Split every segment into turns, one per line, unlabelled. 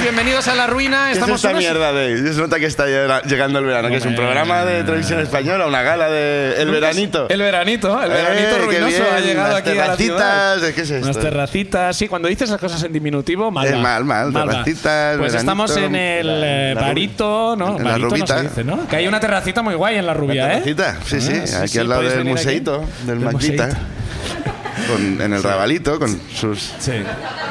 bienvenidos a La Ruina.
¿Qué es
Estamos
esta
unos-
mierda de.? Se nota que está llega- llegando el verano, que es un
Hombre.
programa de televisión española, una gala de. El veranito.
El veranito, el
Eh,
veranito
qué
ruinoso
bien,
ha llegado
las
aquí a la ciudad.
terracitas, ¿qué es esto?
Unas terracitas, sí, cuando dices las cosas en diminutivo, mal.
Eh,
va,
mal, mal,
va.
terracitas,
Pues
veranito,
estamos en el
la-
eh,
la
barito, ¿no?
en la
barito no
rubita.
se dice, ¿no? Que hay una terracita muy guay en la
La
rubia, ¿eh?
terracita, sí, sí,
Ah, sí,
aquí
sí,
al lado
podéis
del
venir aquí.
museito, del
Del
Maquita,
museíto.
con- en el rabalito, con sus
Sí.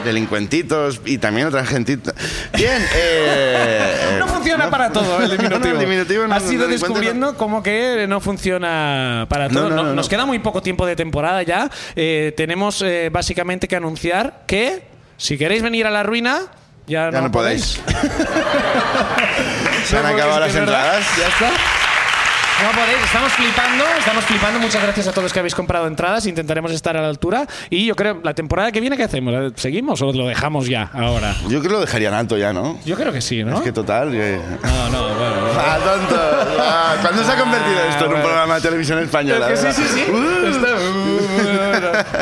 delincuentitos y también otra gentita. Bien, eh,
No funciona
no-
para todo el diminutivo.
El diminutivo no-
Has ido
no encuentro-
descubriendo como que no funciona para todo.
No, no,
No-
no,
Nos
no.
queda muy poco tiempo de temporada ya. Eh, tenemos eh, básicamente que anunciar que si queréis venir a la ruina, ya,
Ya no podéis. Se han
No, porque es
acabado las
que es verdad.
entradas.
Ya está. No podéis, estamos flipando, estamos flipando. Muchas gracias a todos que habéis comprado entradas. Intentaremos estar a la altura. Y yo creo, la temporada que viene, ¿qué hacemos? ¿Seguimos o lo dejamos ya ahora?
Yo creo que lo dejarían alto ya, ¿no?
Yo creo que sí, ¿no?
Es que total. que-
No, no, bueno, bueno.
Ah, tonto. Ah, ¿Cuándo se ha convertido
Ah,
esto en un
bueno.
programa de televisión española?
Es que sí, sí,
verdad?
sí.
Uh.
Está-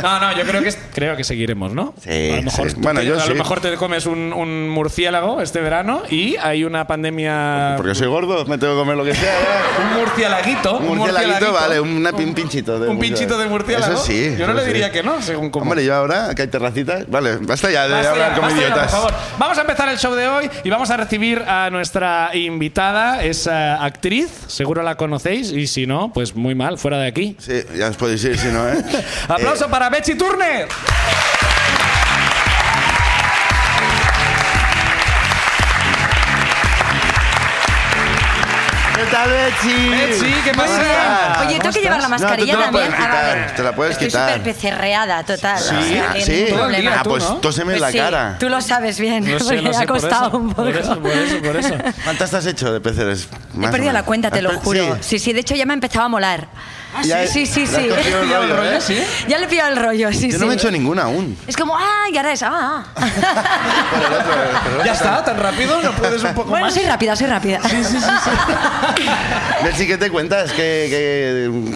No, no, yo creo que, creo que seguiremos, ¿no?
Sí,
a lo mejor,
sí. Bueno,
te-
yo
a
sí.
lo mejor te comes un, un murciélago este verano y hay una pandemia.
Porque soy gordo, me tengo que comer lo que sea. ¿verdad?
Un murciélaguito.
Un murciélaguito, vale, una pin- pinchito de
Un pinchito de murciélago.
Eso sí.
Yo no
eso
le
sí.
diría que no, según como.
Hombre, yo ahora, que hay terracitas. Vale, basta ya de
Basta
hablar
ya,
como
basta ya,
idiotas.
por favor. Vamos a empezar el show de hoy y vamos a recibir a nuestra invitada, esa actriz, seguro la conocéis y si no, pues muy mal, fuera de aquí.
Sí, ya os podéis ir si no, ¿eh?
Aplauso para Betsy Turner.
Eh, ¿Qué tal, Betsy?
Betsy, ¿qué pasa?
¿Cómo estás?
Oye, tengo que llevar la
Ah, No, tú
mascarilla
te la
también.
puedes
Ah, vale.
quitar, te la puedes
Estoy
quitar.
súper pecerreada, total.
Sí,
o sea, que
sí.
ningún
Todo el día,
problema.
Ah, pues
¿no?
tóseme
Pues
la
sí,
cara.
Tú lo sabes bien, porque me ha
por
costado
eso,
un poco.
Por eso, por eso, por eso.
¿Cuántas te has hecho de peceres?
He perdido la cuenta, te lo juro. Sí, sí, de hecho ya me ha empezado a molar.
Ya-
sí, sí, sí.
ya Ah, has
sí.
cogido el rollo, ¿eh?
Ya le he pillado el rollo, sí,
Yo
sí.
no me he hecho ninguna aún.
Es como, ah, y ahora es, ah.
Pero el otro, pero el
Ya
otro.
está, tan rápido, no puedes un poco
bueno,
más.
soy rápida, soy rápida.
Betsy, ¿qué te cuentas? ¿Qué,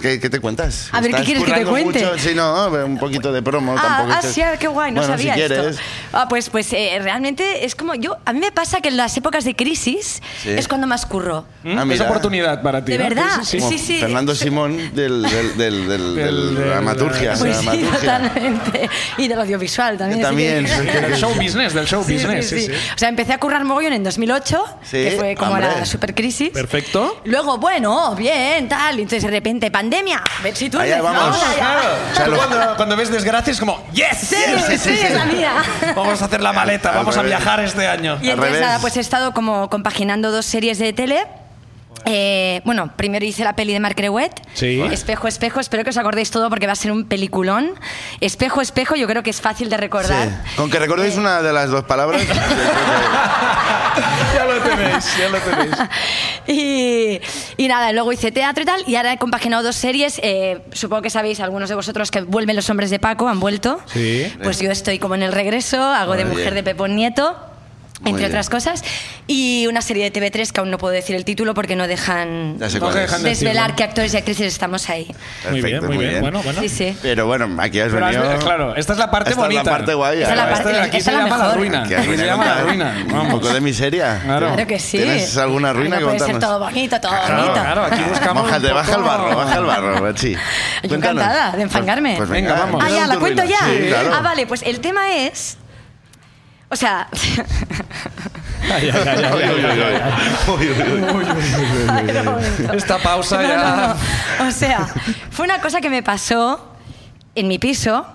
qué, qué- qué te cuentas?
A ver, ¿qué
Estás
quieres que te
currando
cuente?
mucho. Sí, no, un poquito de promo
Ah,
tampoco.
ah,
es que-
sí, ah, qué guay, no
Bueno,
sabía
si quieres.
esto. Ah, pues pues eh, realmente es como yo, a mí me pasa que en las épocas de crisis
Sí.
es cuando más curro.
Ah,
es
mira.
oportunidad para ti.
De
¿no?
verdad,
Sí, sí.
Como
sí, sí.
Fernando Simón del, del, del, del,
Del-
de
del-
la dramaturgia.
Pues
de
Pues
la
sí,
dramaturgia.
totalmente. Y del audiovisual también.
Yo
así
también.
que-
Del show business, del show
Sí, sí,
business.
sí.
sí, sí.
O sea, empecé a currar mogollón en 2008,
Sí,
que fue como
hombre.
la supercrisis.
Perfecto.
Luego, bueno, bien, tal. y Entonces, de repente, pandemia. A ver si tú
Allá
eres,
vamos.
¿no? Allá.
Claro.
O sea,
Tú
lo-
cuando, cuando ves desgracias es como, ¡yes!
Sí, sí, es la mía.
Vamos a hacer la maleta,
Al
vamos a
revés.
viajar este año.
Y
Al
entonces,
revés.
nada, pues he estado como compaginando dos series de tele. Eh, bueno, primero hice la peli de Marc Rewet.
Sí.
Espejo, espejo. Espero que os acordéis todo porque va a ser un peliculón. Espejo, espejo. Yo creo que es fácil de recordar.
Sí. Con que recordéis
Eh.
una de las dos palabras. yo creo
ya lo tenéis, ya lo tenéis.
y, y nada, luego hice teatro y tal, y ahora he compaginado dos series. eh, supongo que sabéis, algunos de vosotros, que vuelven los hombres de Paco, han vuelto.
Sí.
Pues yo estoy como en el regreso, hago de
Muy
mujer
bien.
de Pepón Nieto.
Muy
Entre
bien.
otras cosas. Y una serie de TV3 que aún no puedo decir el título porque no dejan
que- ya sé
No
cuál
se
es.
dejan de-
desvelar
decirlo.
qué actores y actrices estamos ahí.
muy bien,
Perfecto,
muy bien. Bueno, bueno.
Sí, sí.
Pero bueno, aquí has
Pero has-
venido.
claro, esta es la parte
Esta es la
bonita.
parte guay, Esa es la
Esta-
parte-
aquí
esa
se
es la
llama la
mejor.
ruina.
Que
Aquí
has
se
venido a
llama la
contar
ruina.
Un
Vamos.
poco de miseria.
Claro.
Claro que sí.
¿Tienes alguna ruina
Ay,
que
no puede
contarnos?
ser todo bonito, todo
Claro,
bonito.
Claro, aquí buscamos. un
Mójate, baja
poco-
el barro, baja el barro, Betsy.
Yo
Cuéntanos.
encantada de enfangarme.
Pues, pues
Venga,
venga,
vamos.
Ah,
cuéntanos
ya, la
tu
cuento
ruina.
ya.
Sí, claro.
Ah, vale, pues el tema es. O sea,
Ay, ay, ay, ay, ay, ay.
Uy, uy, uy.
Espera un momento.
Esta pausa
No,
ya.
no, no. O sea, fue una cosa que me pasó en mi piso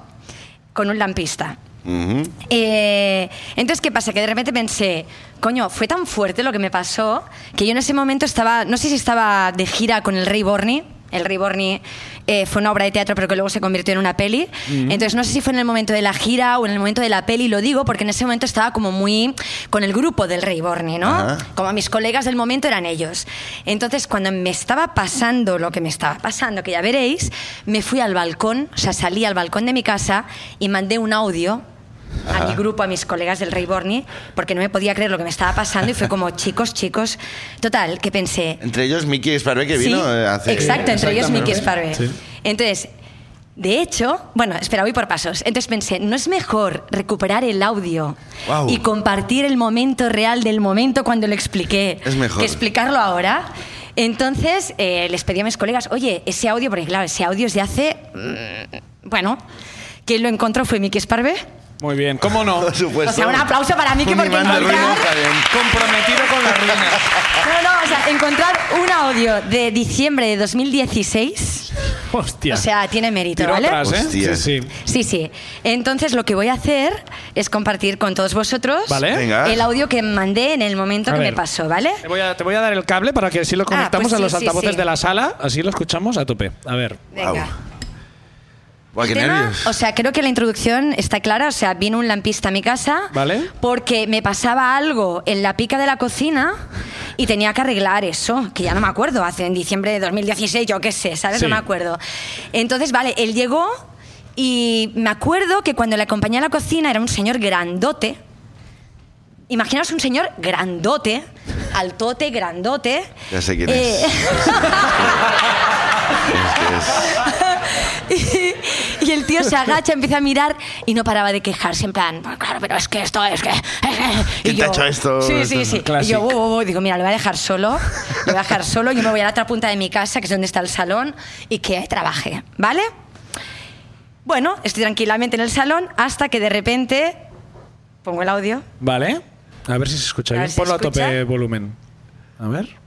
con un lampista.
Ujú.
Eh, entonces, ¿qué pasa? Que de repente pensé, coño, fue tan fuerte lo que me pasó que yo en ese momento estaba, no sé si estaba de gira con el Rey Borny. El Rey Borny eh, fue una obra de teatro, pero que luego se convirtió en una peli. Entonces, no sé si fue en el momento de la gira o en el momento de la peli, lo digo porque en ese momento estaba como muy con el grupo del Rey Borny, ¿no?
Ajá.
Como mis colegas del momento eran ellos. Entonces, cuando me estaba pasando lo que me estaba pasando, que ya veréis, me fui al balcón, o sea, salí al balcón de mi casa y mandé un audio a mi grupo, a mis colegas del Rey Borni, porque no me podía creer lo que me estaba pasando y fue como, chicos, chicos. Total, que pensé.
Entre ellos Mickey Sparve que vino
sí,
eh, hace.
exacto, entre ellos
Exactamente.
Mickey Sparve.
Sí.
Entonces, De hecho, bueno, espera, voy por pasos. Entonces pensé, ¿no es mejor recuperar el audio
Guau.
y compartir el momento real del momento cuando lo expliqué
Es mejor.
que explicarlo ahora? Entonces eh, les pedí a mis colegas, oye, ese audio, porque claro, ese audio es de hace. mm, bueno, quien lo encontró fue Miki Sparve.
Muy bien, ¿cómo no?
Por supuesto.
O sea, un aplauso para Miki
Un
porque
imán de
encontrar.
ruinas está bien.
Comprometido con la ruina.
No, no, o sea, encontrar un audio de diciembre de 2016,
Hostia.
o sea, tiene mérito,
Tiro
¿vale?
atrás, ¿eh?
Hostia.
Sí, sí.
Sí, sí. Entonces lo que voy a hacer es compartir con todos vosotros
Vale.
Venga.
el audio que mandé en el momento
A
que
ver.
me pasó, ¿vale?
Te voy, a, te voy a dar el cable para que así lo conectamos
pues
a los
sí, sí,
altavoces
sí.
de la sala. Así lo escuchamos a tope. A ver.
Venga.
Guau, qué
Tema,
nervios.
o sea, creo que la introducción está clara. O sea, vino un lampista a mi casa
Vale.
porque me pasaba algo en la pica de la cocina y tenía que arreglar eso, que ya no me acuerdo, hace en diciembre de 2016, yo qué sé, ¿sabes?
Sí.
No me acuerdo. Entonces, vale, él llegó y me acuerdo que cuando le acompañé a la cocina era un señor grandote. Imaginaos un señor grandote, altote, grandote. Eh,
Ya sé quién es. Es
Y, y el tío se agacha, empieza a mirar y no paraba de quejarse, en plan, "Bueno, claro, pero es que esto es que... es que-". Y
¿Quién te ha hecho esto?
Sí, sí,
Esto-
sí. Y
Clásico.
yo, "Wow, wow, wow". digo, mira, lo voy a dejar solo, lo voy a dejar solo, yo me voy a la otra punta de mi casa, que es donde está el salón, y que trabaje, ¿vale? Bueno, estoy tranquilamente en el salón hasta que de repente pongo el audio.
Vale. A ver si se escucha
A ver
bien.
si
Ponlo
escucha.
a tope volumen. A ver.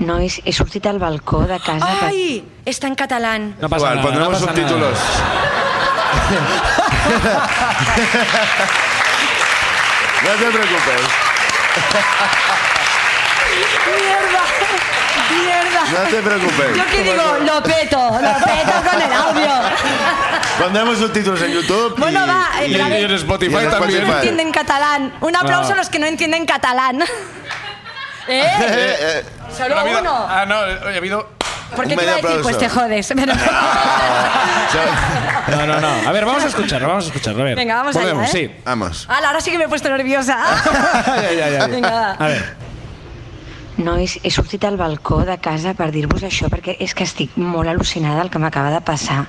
No, he, he sortit al balcó de casa. que-
¡Ay! Está en catalán.
No
que es.
pasa nada.
Igual,
no
pondremos
pasa nada.
subtítulos. No te preocupes,
¡Mierda! ¡Mierda!
no te
Yo
preocupes.
que digo, lo peto, lo peto con el audio.
Pondremos subtítulos en YouTube. y-
Bueno, va, eh,
y-
en plan-
y en Spotify
los que no
también.
entienden catalán. Un aplauso
No.
a los que no entienden catalán. ¿Eh?
Eh, eh,
Solo uno.
Ah, no, ha habido.
¿Por qué
un
te iba a
medio
decir? Pues
aplauso.
te jodes. Pero-
ah, so-
No, no, no. A ver, vamos a escuchar, vamos a escuchar. A ver.
Venga, vamos allá,
Volvemos,
¿eh?
Vamos.
Ala, ahora sí que me he puesto nerviosa.
sí. Ya, ya, ya.
Venga, va.
A ver.
No, he, he sortit al balcó de casa per dir-vos això, perquè és que estic molt al·lucinada del que m'acaba de passar.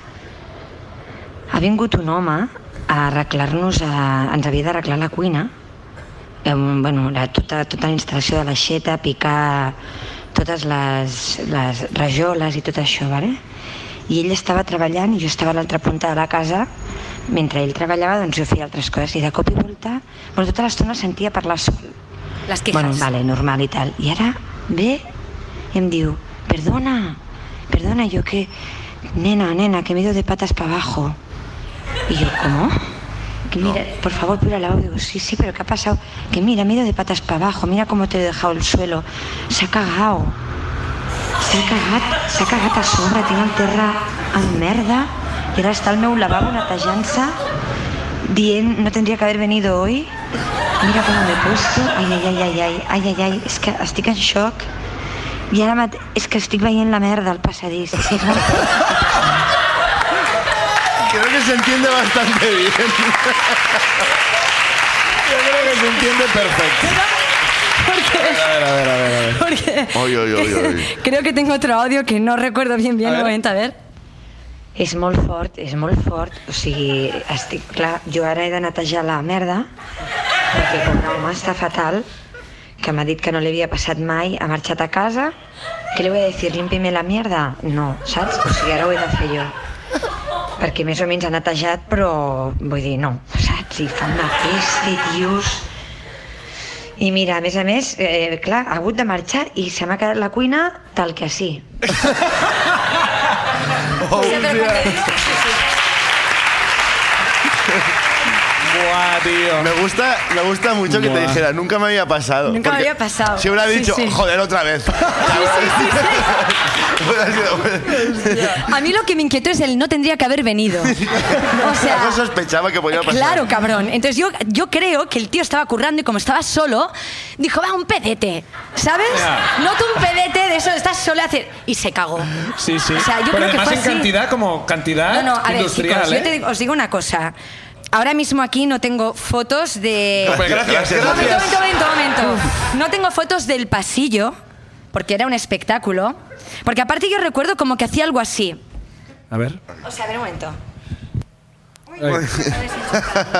Ha vingut un home a arreglar-nos, a- ens havia d'arreglar la cuina, eh, bueno, la, tota, tota la instal·lació de l'aixeta, picar totes les, les rajoles i tot això, vale? i ell estava treballant i jo estava a l'altra punta de la casa mentre ell treballava doncs jo feia altres coses i de cop i volta bueno, tota l'estona sentia parlar sol
Las
Bueno,
quejas.
vale, normal y tal. Y ahora ve y me digo, perdona, perdona, yo que, nena, nena, que me he ido de patas para abajo. Y yo, ¿cómo? Que mira, por favor, pura la audio. Sí, sí, pero ¿qué ha pasado? Que mira, me he ido de patas para abajo, mira cómo te he dejado el suelo. Se ha cagado. Se ha cagat, s'ha cagat a sobre, tinc el terra amb merda i ara està al meu lavabo netejant-se dient no tendría que haber venido hoy mira com m'he puesto ai, ai, ai, ai, ai, ai, ai, ai, és que estic en xoc i ara mate... és que estic veient la merda al passadís és que és molt fort.
Creo que se entiende bastante bien. Yo creo que se entiende perfecto. A ver, a ver, a ver. A ver.
Porque
Oy, oy, oy, oy.
creo que tengo otro audio que no recuerdo bien bien.
A
Un
ver.
momento, a ver.
és molt fort, és molt fort o sigui, estic, clar, jo ara he de netejar la merda perquè com l'home està fatal que m'ha dit que no li havia passat mai ha marxat a casa què li vull dir, límpime la mierda? no, saps? O sigui, ara ho he de fer jo perquè més o menys ha netejat però vull dir, no, saps? i fa una peste, dius i mira, a més a més, eh, clar, ha hagut de marxar i se m'ha quedat la cuina tal que sí.
Oh, Buah, tío.
Me gusta, me gusta mucho que te
Buah.
dijera, nunca me había pasado.
Nunca me
Porque
había pasado.
Si hubiera
Sí,
dicho,
sí.
joder, otra vez. Hubiera sido- pues,
A mí lo que me inquietó es el no tendría que haber venido. O sea,
Yo sospechaba que podía pasar.
Claro, cabrón. Entonces yo, yo creo que el tío estaba currando y como estaba solo, dijo, va, un pedete. ¿Sabes?
Ya.
No tú un pedete de eso, estás solo a hacer... Y se cagó.
Sí, sí.
O sea, yo
Pero
creo que
además
fue
en
así.
cantidad, como cantidad
No, no, a ver,
industrial,
chicos,
¿eh?
yo te digo- os digo una cosa. Ahora mismo aquí no tengo fotos de...
Pues gracias,
Gracias,
gracias.
Momento, momento, momento, momento. No tengo fotos del pasillo, porque era un espectáculo. Porque aparte yo recuerdo como que hacía algo así.
A ver.
O sea, a ver un momento.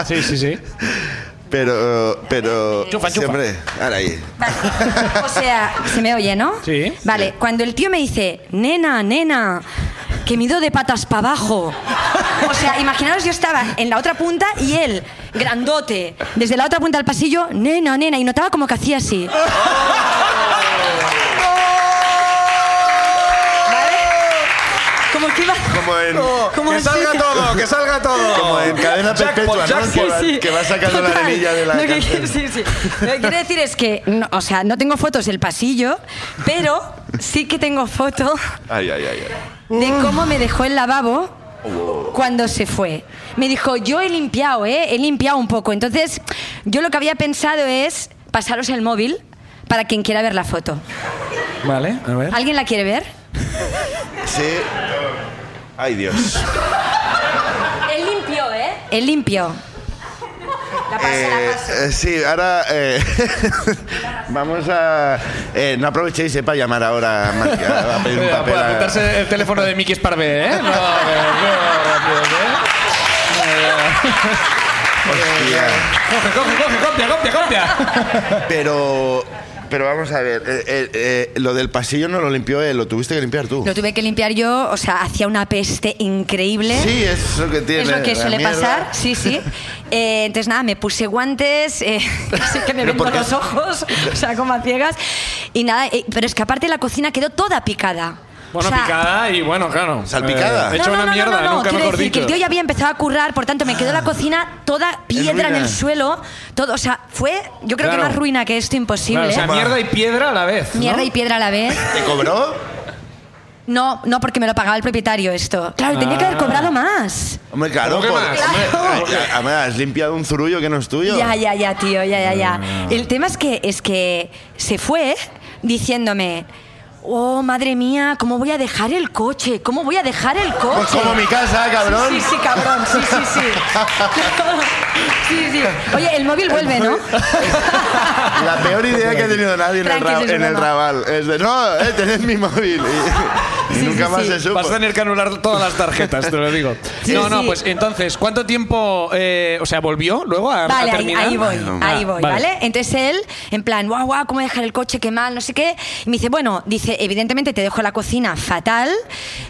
Sí, sí, sí.
Pero, pero...
Chufa, chufa.
Siempre, ahora ahí.
O sea, se me oye, ¿no?
Sí.
Vale, cuando el tío me dice, nena, nena, que mido de patas para abajo. O sea, imaginaros, yo estaba en la otra punta y él, grandote, desde la otra punta del pasillo, nena, nena, y notaba como que hacía así.
Oh.
¿Vale? Como que iba...
Como en...
Como
¡Que
en-
salga todo! ¡Que salga todo! Como en cadena perpetua, ¿no?
Sí,
que, va,
sí.
que va sacando la
Total.
arenilla de la
Lo que
cárcel.
quiero- sí, sí. Lo que quiero decir es que, no, o sea, no tengo fotos del pasillo, pero sí que tengo foto
Ay, ay, ay. ay.
de cómo me dejó el lavabo cuando se fue. Me dijo, yo he limpiado, ¿eh? He limpiado un poco. Entonces, yo lo que había pensado es pasaros el móvil para quien quiera ver la foto.
Vale, a ver.
¿Alguien la quiere ver?
Sí. Ay, Dios. Eh,
Él limpió, ¿eh? Él limpió. La pasa,
Eh,
la pasa.
eh, sí, ahora eh, vamos a... eh, no aprovechéis eh, para llamar ahora a Mar- a, a pedir un
Eh,
papel.
puede
a-
apuntarse el teléfono de Miki Esparvé, ¿eh? No, no, no, rápido, ¿eh?
Hostia.
Coge, coge, coge, copia, copia, copia.
Pero, pero vamos a ver, eh, eh, eh, lo del pasillo no lo limpió él, lo tuviste que limpiar tú.
Lo tuve que limpiar yo, o sea, hacía una peste increíble.
Sí, es lo que tiene.
Es lo que
la
suele
mierda.
pasar, sí, sí. Eh, entonces, nada, me puse guantes, eh, casi que me
Pero
vendo
¿por qué?
los ojos, o sea, como a ciegas. Y nada, eh, pero es que aparte la cocina quedó toda picada.
Bueno,
O sea,
picada y bueno, claro.
Salpicada.
Eh, hecho
no, no,
una
no,
mierda,
no, no,
nunca
quiero
mejor
decir
dicho.
que
Ah.
el tío ya había empezado a currar, por tanto me quedó la cocina toda piedra en
ruina.
el suelo, todo, o sea, fue, yo creo
Claro.
que más ruina que esto imposible.
Claro, o sea,
¿eh?
mierda y piedra a la vez. ¿no?
Mierda y piedra a la vez.
¿Te cobró?
No, no, porque me lo pagaba el propietario esto. Claro, tenía que haber
Ah.
cobrado más.
Hombre, claro.
¿Cómo que
por-
más?
hombre,
Claro.
ay, ay, además, has limpiado un zurullo que no es tuyo.
Ya, ya, ya, tío, ya, ya, ya.
Ah.
El tema es que, es que se fue diciéndome, oh, madre mía, ¿cómo voy a dejar el coche? ¿Cómo voy a dejar el coche?
Pues como mi casa, cabrón.
Sí, sí, sí, cabrón, sí, sí, sí. sí, sí. Oye, el móvil vuelve, ¿no?
La peor idea que ha tenido nadie en el,
Tranqui,
ra-
sí, es
en el
broma.
Raval. Es de, no, eh, tenés mi móvil. Y, y
Sí,
nunca
sí, Eh,
más
sí.
se supo.
Vas a tener que anular todas las tarjetas, te lo digo.
Sí,
no, no,
sí.
pues entonces, ¿cuánto tiempo, eh, o sea, volvió luego a, a
Vale, ahí,
terminar?
ahí voy, ahí voy,
vale.
¿vale? Entonces él, en plan, guau, guau, cómo dejar el coche, qué mal, no sé qué. Y me dice, bueno, dice, evidentemente te dejo la cocina fatal.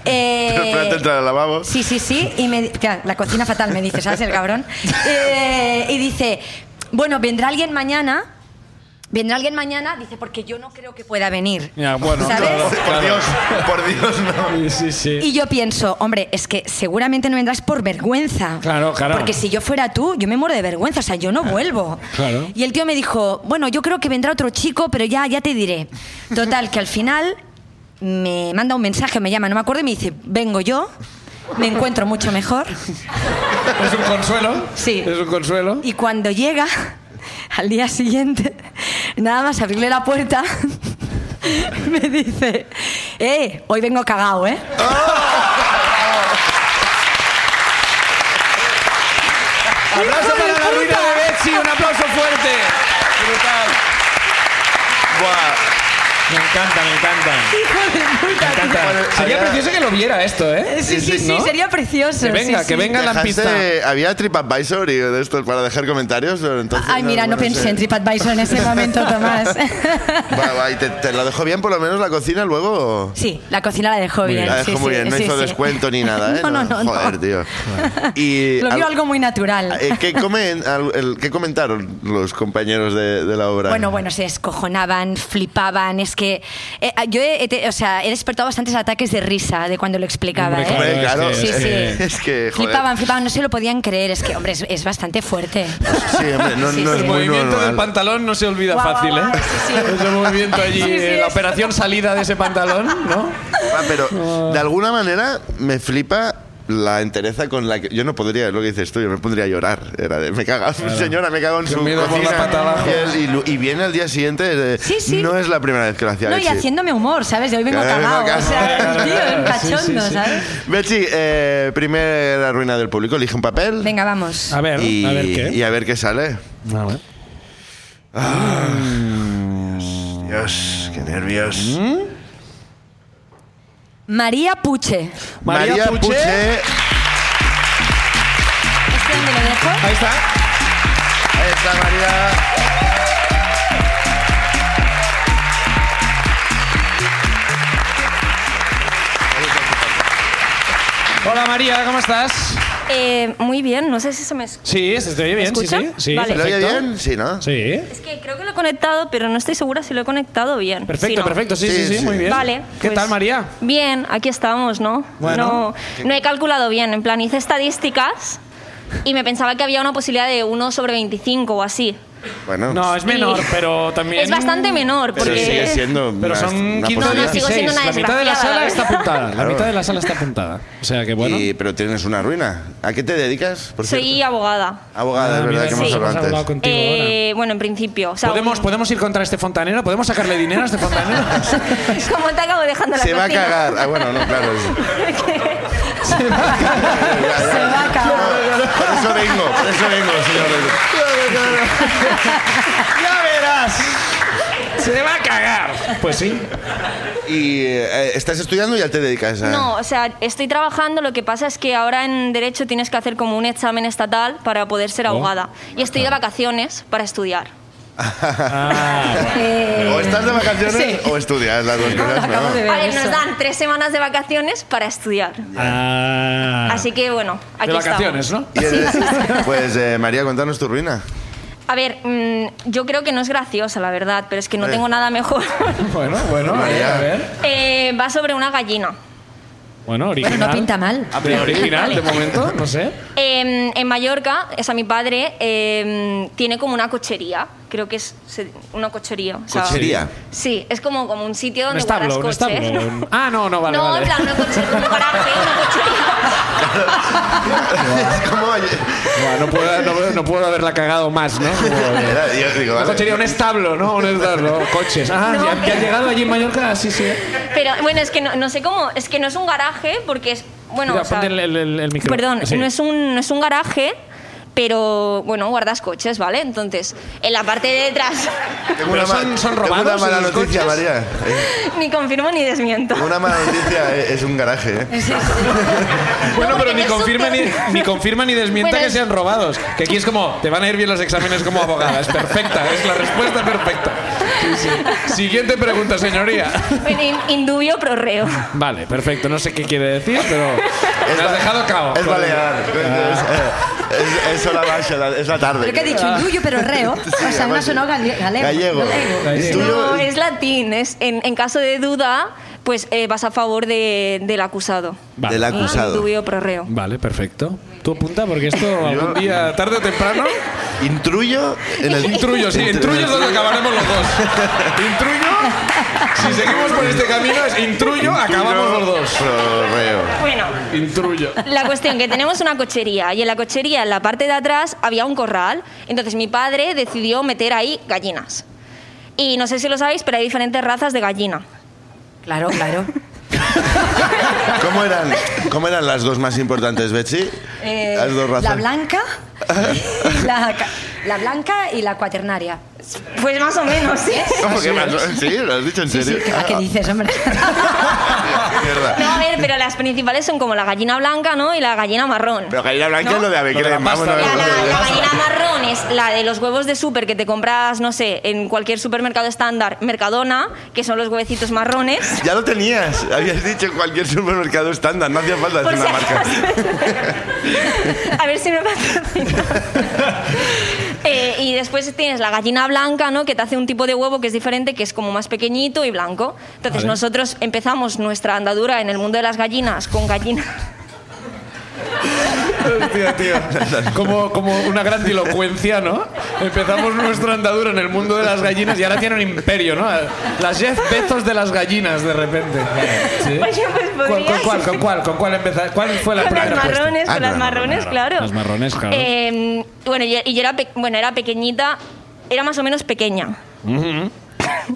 Eh,
Pero espérate, entra al lavabo.
Sí, sí, sí. Y me, di- claro, la cocina fatal me dice, ¿sabes? El cabrón. Eh, y dice, bueno, vendrá alguien mañana. Vendrá alguien mañana, dice, porque yo no creo que pueda venir.
Ya, bueno,
¿Sabes?
claro.
Por, por Dios, por Dios,
Sí,
no.
sí, sí.
Y yo pienso, hombre, es que seguramente no vendrás por vergüenza.
Claro, claro.
Porque si yo fuera tú, yo me muero de vergüenza, o sea, yo no vuelvo.
Claro.
Y el tío me dijo, bueno, yo creo que vendrá otro chico, pero ya, ya te diré. Total, que al final me manda un mensaje, me llama, no me acuerdo, y me dice, vengo yo, me encuentro mucho mejor.
Es un consuelo.
Sí.
Es un consuelo.
Y cuando llega, al día siguiente, nada más abrirle la puerta, me dice, eh, hoy vengo cagao, ¿eh?
¡Aplauso para la ruina de Betsy! ¡Un aplauso fuerte! ¡Brutal!
Buah.
Me encanta, me encanta. Me encanta.
Bueno,
Sería
había-
precioso que lo viera esto, ¿eh?
Sí, sí, sí,
¿No?
sería precioso.
Que venga,
sí,
que
sí.
venga la pista.
Dejaste- ¿Había TripAdvisor y de estos para dejar comentarios? Pero Entonces,
Ay, mira, no
bueno,
pensé
sí.
en TripAdvisor en ese momento, Tomás.
Va, va, y te, te lo dejó bien por lo menos la cocina luego.
Sí, la cocina la dejó bien.
La dejó
sí,
muy
sí,
bien, no
sí,
hizo
sí.
descuento ni nada, ¿eh?
No, no, no. no.
Joder, tío. Y
Lo vio
al-
algo muy natural.
eh, ¿qué, comen- al- el- qué comentaron los compañeros de, de la obra?
Bueno, bueno, se descojonaban, flipaban. Es que eh, yo he, he te- o sea, he despertado bastantes ataques de risa de cuando lo explicaba.
Hombre,
¿eh?
Hombre,
Claro,
claro,
es
Sí, sí.
es que, joder.
Flipaban, flipaban, no se lo podían creer. Es que, hombre, es, es bastante fuerte.
Sí, hombre, no,
Sí,
no es
sí.
El
muy
movimiento del
normal.
pantalón no se olvida
Guau,
fácil,
guau,
¿eh?
guau, sí, sí.
Ese movimiento allí,
Sí, sí,
eh, la
es-
operación salida de ese pantalón, ¿no?
Ah, pero de alguna manera me flipa la entereza con la que yo no podría lo que dices tú yo me pondría a llorar era de me cagas señora me cago en
Te
su
miro por la
cocina
pata abajo.
Y él- y, lu- y viene al día siguiente de,
Sí, sí.
no es la primera vez que lo hacía
No, y
Betsy.
haciéndome humor, ¿sabes? De hoy vengo
Claro,
cagado.
vengo
O sea,
cagao.
el tío es
Sí,
un
sí,
cachondo,
sí.
¿sabes?
Betsy eh, primera ruina del público elige un papel
Venga, vamos.
A ver,
y
a ver qué.
y a ver qué sale
A ver.
Mm. Dios qué nervios
María Puche.
María, Puche.
¿Este dónde lo dejo?
Ahí está.
Ahí está María.
Hola María, ¿cómo estás?
Eh, muy bien, no sé si se me escucha.
Sí, se te oye bien, sí,
escucha?
sí. Sí,
Vale.
¿Se le oye
perfecto.
bien? Sí, ¿no?
Sí.
Es que creo que lo he conectado, pero no estoy segura si lo he conectado bien.
Perfecto,
Si no.
perfecto, sí, sí,
Sí,
sí,
sí.
muy bien.
Vale.
¿Qué
pues,
tal María?
Bien, aquí estamos, ¿no?
Bueno.
No, no he calculado bien. En plan, hice estadísticas y me pensaba que había una posibilidad de 1 sobre 25 o así.
Bueno.
No, es menor,
Sí.
pero también...
Es bastante menor,
pero
porque.
sigue siendo.
Pero
una-
son
una
15 o
posibilidad.
No, no, sigo
16.
siendo una
La mitad de la
desgraciada, ¿eh?
sala
la
está
verdad.
apuntada. La
Claro.
mitad de la sala está apuntada. O sea que bueno.
Y- pero tienes una ruina. ¿A qué te dedicas? Por
Soy
cierto?
abogada.
abogada,
Ah,
es
mira,
verdad que hemos
sí.
hablado antes.
hablado contigo ahora.
Eh, bueno, en principio. o sea,
¿Podemos, ¿Podemos ir contra este fontanero? ¿Podemos sacarle dinero a este fontanero?
¿Cómo te acabo dejando la
Se va a
cocina?
cagar. Ah, bueno, no, claro.
Se va a acabar.
Por eso vengo, por eso vengo, señor.
¡Ya verás! ¡Se va a cagar! Pues sí.
Y eh, estás estudiando y ya te dedicas a.
No, o sea, estoy trabajando, lo que pasa es que ahora en Derecho tienes que hacer como un examen estatal para poder ser
Oh.
abogada. Y estoy de vacaciones para estudiar.
Ah, eh,
O estás de vacaciones o estudias las dos cosas,
Acabo de
¿no?
A ver,
eso.
nos dan tres semanas de vacaciones para estudiar.
Ah.
Así que bueno, aquí
de vacaciones,
estamos.
¿no?
Y eres- Pues eh, María, contanos tu ruina.
A ver, mm, yo creo que no es graciosa, la verdad, pero es que no
Eh.
tengo nada mejor.
Bueno, bueno, a ver,
María.
a ver.
Eh, va sobre una gallina.
Bueno, original.
Bueno, no pinta mal.
Ah, pero original, de momento, no sé.
Eh, en Mallorca, o sea, mi padre eh, tiene como una cochería. Creo que es se- una cochería. o sea-
Cochería.
Sí, es como, como un sitio
Un
donde
establo, un
guardas coches.
establo. un- Ah, no, no, vale,
no,
vale.
en plan, una cochería, un garaje, una cochería.
Es como.
Buah, no, puedo, no, no puedo haberla cagado más, ¿no? Como-
Era- yo digo,
Una
vale.
cochería, un establo, ¿no? Un establo, coches. Ah,
No,
¿ya, ya has llegado allí en Mallorca? ah, Sí, sí.
Pero bueno, es que no, no sé cómo, es que no es un garaje porque es, bueno,
Mira,
o sea,
ponte el, el- el- el micro.
perdón,
Sí.
no, es un, no es un garaje, pero bueno, guardas coches, ¿vale? Entonces, en la parte de detrás,
Tengo
Pero
una, ma-
son- son
tengo
robados
una mala
los
noticia,
coches.
María. Eh,
ni confirmo ni desmiento.
Una mala noticia eh, es un garaje, ¿eh?
Bueno,
No,
pero
porque
ni
es
confirma ni,
súper-
ni confirma ni desmienta
Bueno,
que
es-
sean robados. Que aquí es como, te van a ir bien los exámenes como abogada. Es perfecta, es la respuesta perfecta. Sí, sí. Siguiente pregunta, señoría.
Bueno, in- indubio pro reo.
Vale, perfecto. No sé qué quiere decir, pero me has
ba-
dejado Ah, cabo.
Es balear. Es- Es, es hora baja, la- es la tarde.
Lo que he dicho, indullo pero reo. o sea, me ha
aparte.
sonado gale- galego.
Gallego.
Gallego.
No,
Tuyo-
es latín, es en, en caso de duda, pues eh, vas a favor de- del acusado.
Vale.
Del acusado.
Indubio pro reo.
Vale, perfecto. Tú apunta porque esto algún
Yo-
día, tarde o temprano,
Intruyo en el.
intruyo, sí, intruyo es donde acabaremos los dos. Intruyo, si seguimos por este camino, es intruyo, acabamos los dos.
Prorreo.
Bueno,
Intruyo.
la cuestión que tenemos una cochería y en la cochería, en la parte de atrás, había un corral. Entonces mi padre decidió meter ahí gallinas. Y no sé si lo sabéis, pero hay diferentes razas de gallina.
Claro, claro.
¿Cómo eran, ¿Cómo eran las dos más importantes, Betsy?
Eh,
las dos razas.
la blanca, y la, ca- la blanca y la cuaternaria.
Pues más o menos, sí.
¿Cómo que más? ¿Sí? ¿Lo has dicho en
Sí,
serio?
sí, ¿qué, va, qué dices, hombre?
Ah, mierda.
No, a
eh,
ver, pero las principales son como la gallina blanca, ¿no? Y la gallina marrón.
Pero gallina blanca es
Lo
lo de
de la
Abecrem.
pasta.
vámonos.
La, la- la gallina marrón es la de los huevos de súper que te compras, no sé, en cualquier supermercado estándar, Mercadona, que son los huevecitos marrones.
Ya lo tenías. Habías dicho en cualquier supermercado estándar. No hacía falta
Por
hacer
si
una marca.
acaso. A ver si me patrocina. Eh, y después tienes la gallina blanca, ¿no? Que te hace un tipo de huevo que es diferente, que es como más pequeñito y blanco. Entonces
Vale.
nosotros empezamos nuestra andadura en el mundo de las gallinas con gallinas.
Hostia, tío. Como, como una gran dilocuencia, ¿no? Empezamos nuestra andadura en el mundo de las gallinas y ahora tiene un imperio, ¿no? Las Jeff Bezos de las gallinas, de repente. ¿Sí?
Oye, pues
¿Cuál,
podrías-
¿Con cuál, con cuál, con cuál empezar? ¿Cuál fue la
Con este.
primera
las
apuesta?
marrones,
Ah,
con las
claro,
marrones, claro. Em,
Las marrones, claro.
Eh, bueno, y y yo era, pe- bueno, era pequeñita, era más o menos pequeña.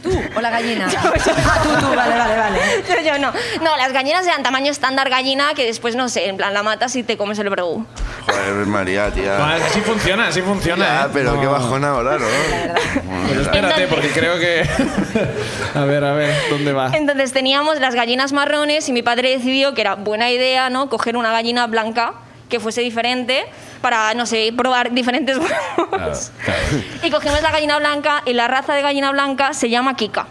¿Tú o la gallina?
Ah,
tú, tú, vale, vale, vale.
Yo, yo no. No, las gallinas eran tamaño estándar gallina que después, no sé, en plan la matas y te comes el bregu.
Joder, María, tía.
Vale, así Ah, funciona, así funciona.
Ya,
¿eh?
pero
No.
qué bajona ahora, ¿no?
Pues espérate,
Entonces-
porque creo que. a ver, a ver, ¿dónde va?
Entonces teníamos las gallinas marrones y mi padre decidió que era buena idea, ¿no? Coger una gallina blanca que fuese diferente para, no sé, probar diferentes huevos. Y cogimos la gallina blanca y la raza de gallina blanca se llama Kika.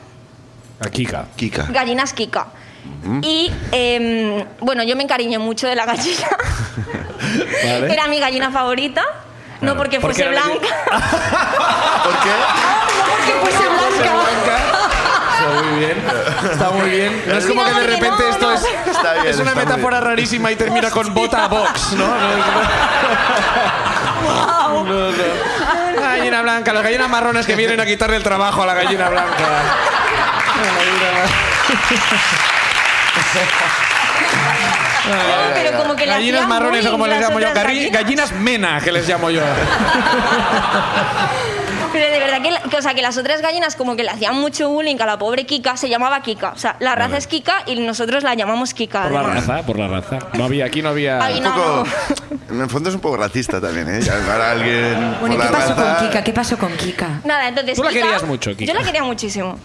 Aquí, ca.
Kika.
Gallinas Kika.
Mm.
Y em, bueno, yo me encariñé mucho de la gallina.
Vale.
Era mi gallina favorita. No
Claro.
porque
Porque
fuese
era la que- Ah,
blanca.
¿Por qué?
No porque fuese blanca.
Está muy bien. Está muy bien. No es como que
Mira,
de
porque
repente
no,
esto
no.
es.
Está bien,
es una
está muy
metáfora
bien.
rarísima y termina con bota a box, ¿no? No, no. No, no. Gallina blanca, las gallinas marrones que vienen a quitarle el trabajo a la gallina blanca.
No, pero como que le
gallinas
hacía
marrones o
bullying
como les
las
llamo yo.
otras
Garri-
gallinas.
Gallinas mena, que les llamo yo.
Pero de verdad que, la- que, o sea, que las otras gallinas como que le hacían mucho bullying a la pobre Kika, se llamaba Kika. O sea, la raza es Kika y nosotros la llamamos Kika. además.
por la raza. No había, aquí no había.
Ay,
Un
no,
poco. En el fondo es un poco racista también, ¿eh? Ya Ahora alguien.
Bueno, ¿y
por la
qué pasó
raza-
con Kika? ¿Qué pasó con Kika?
Nada, entonces
Tú la
Kika-
querías mucho, Kika.
Yo la quería muchísimo.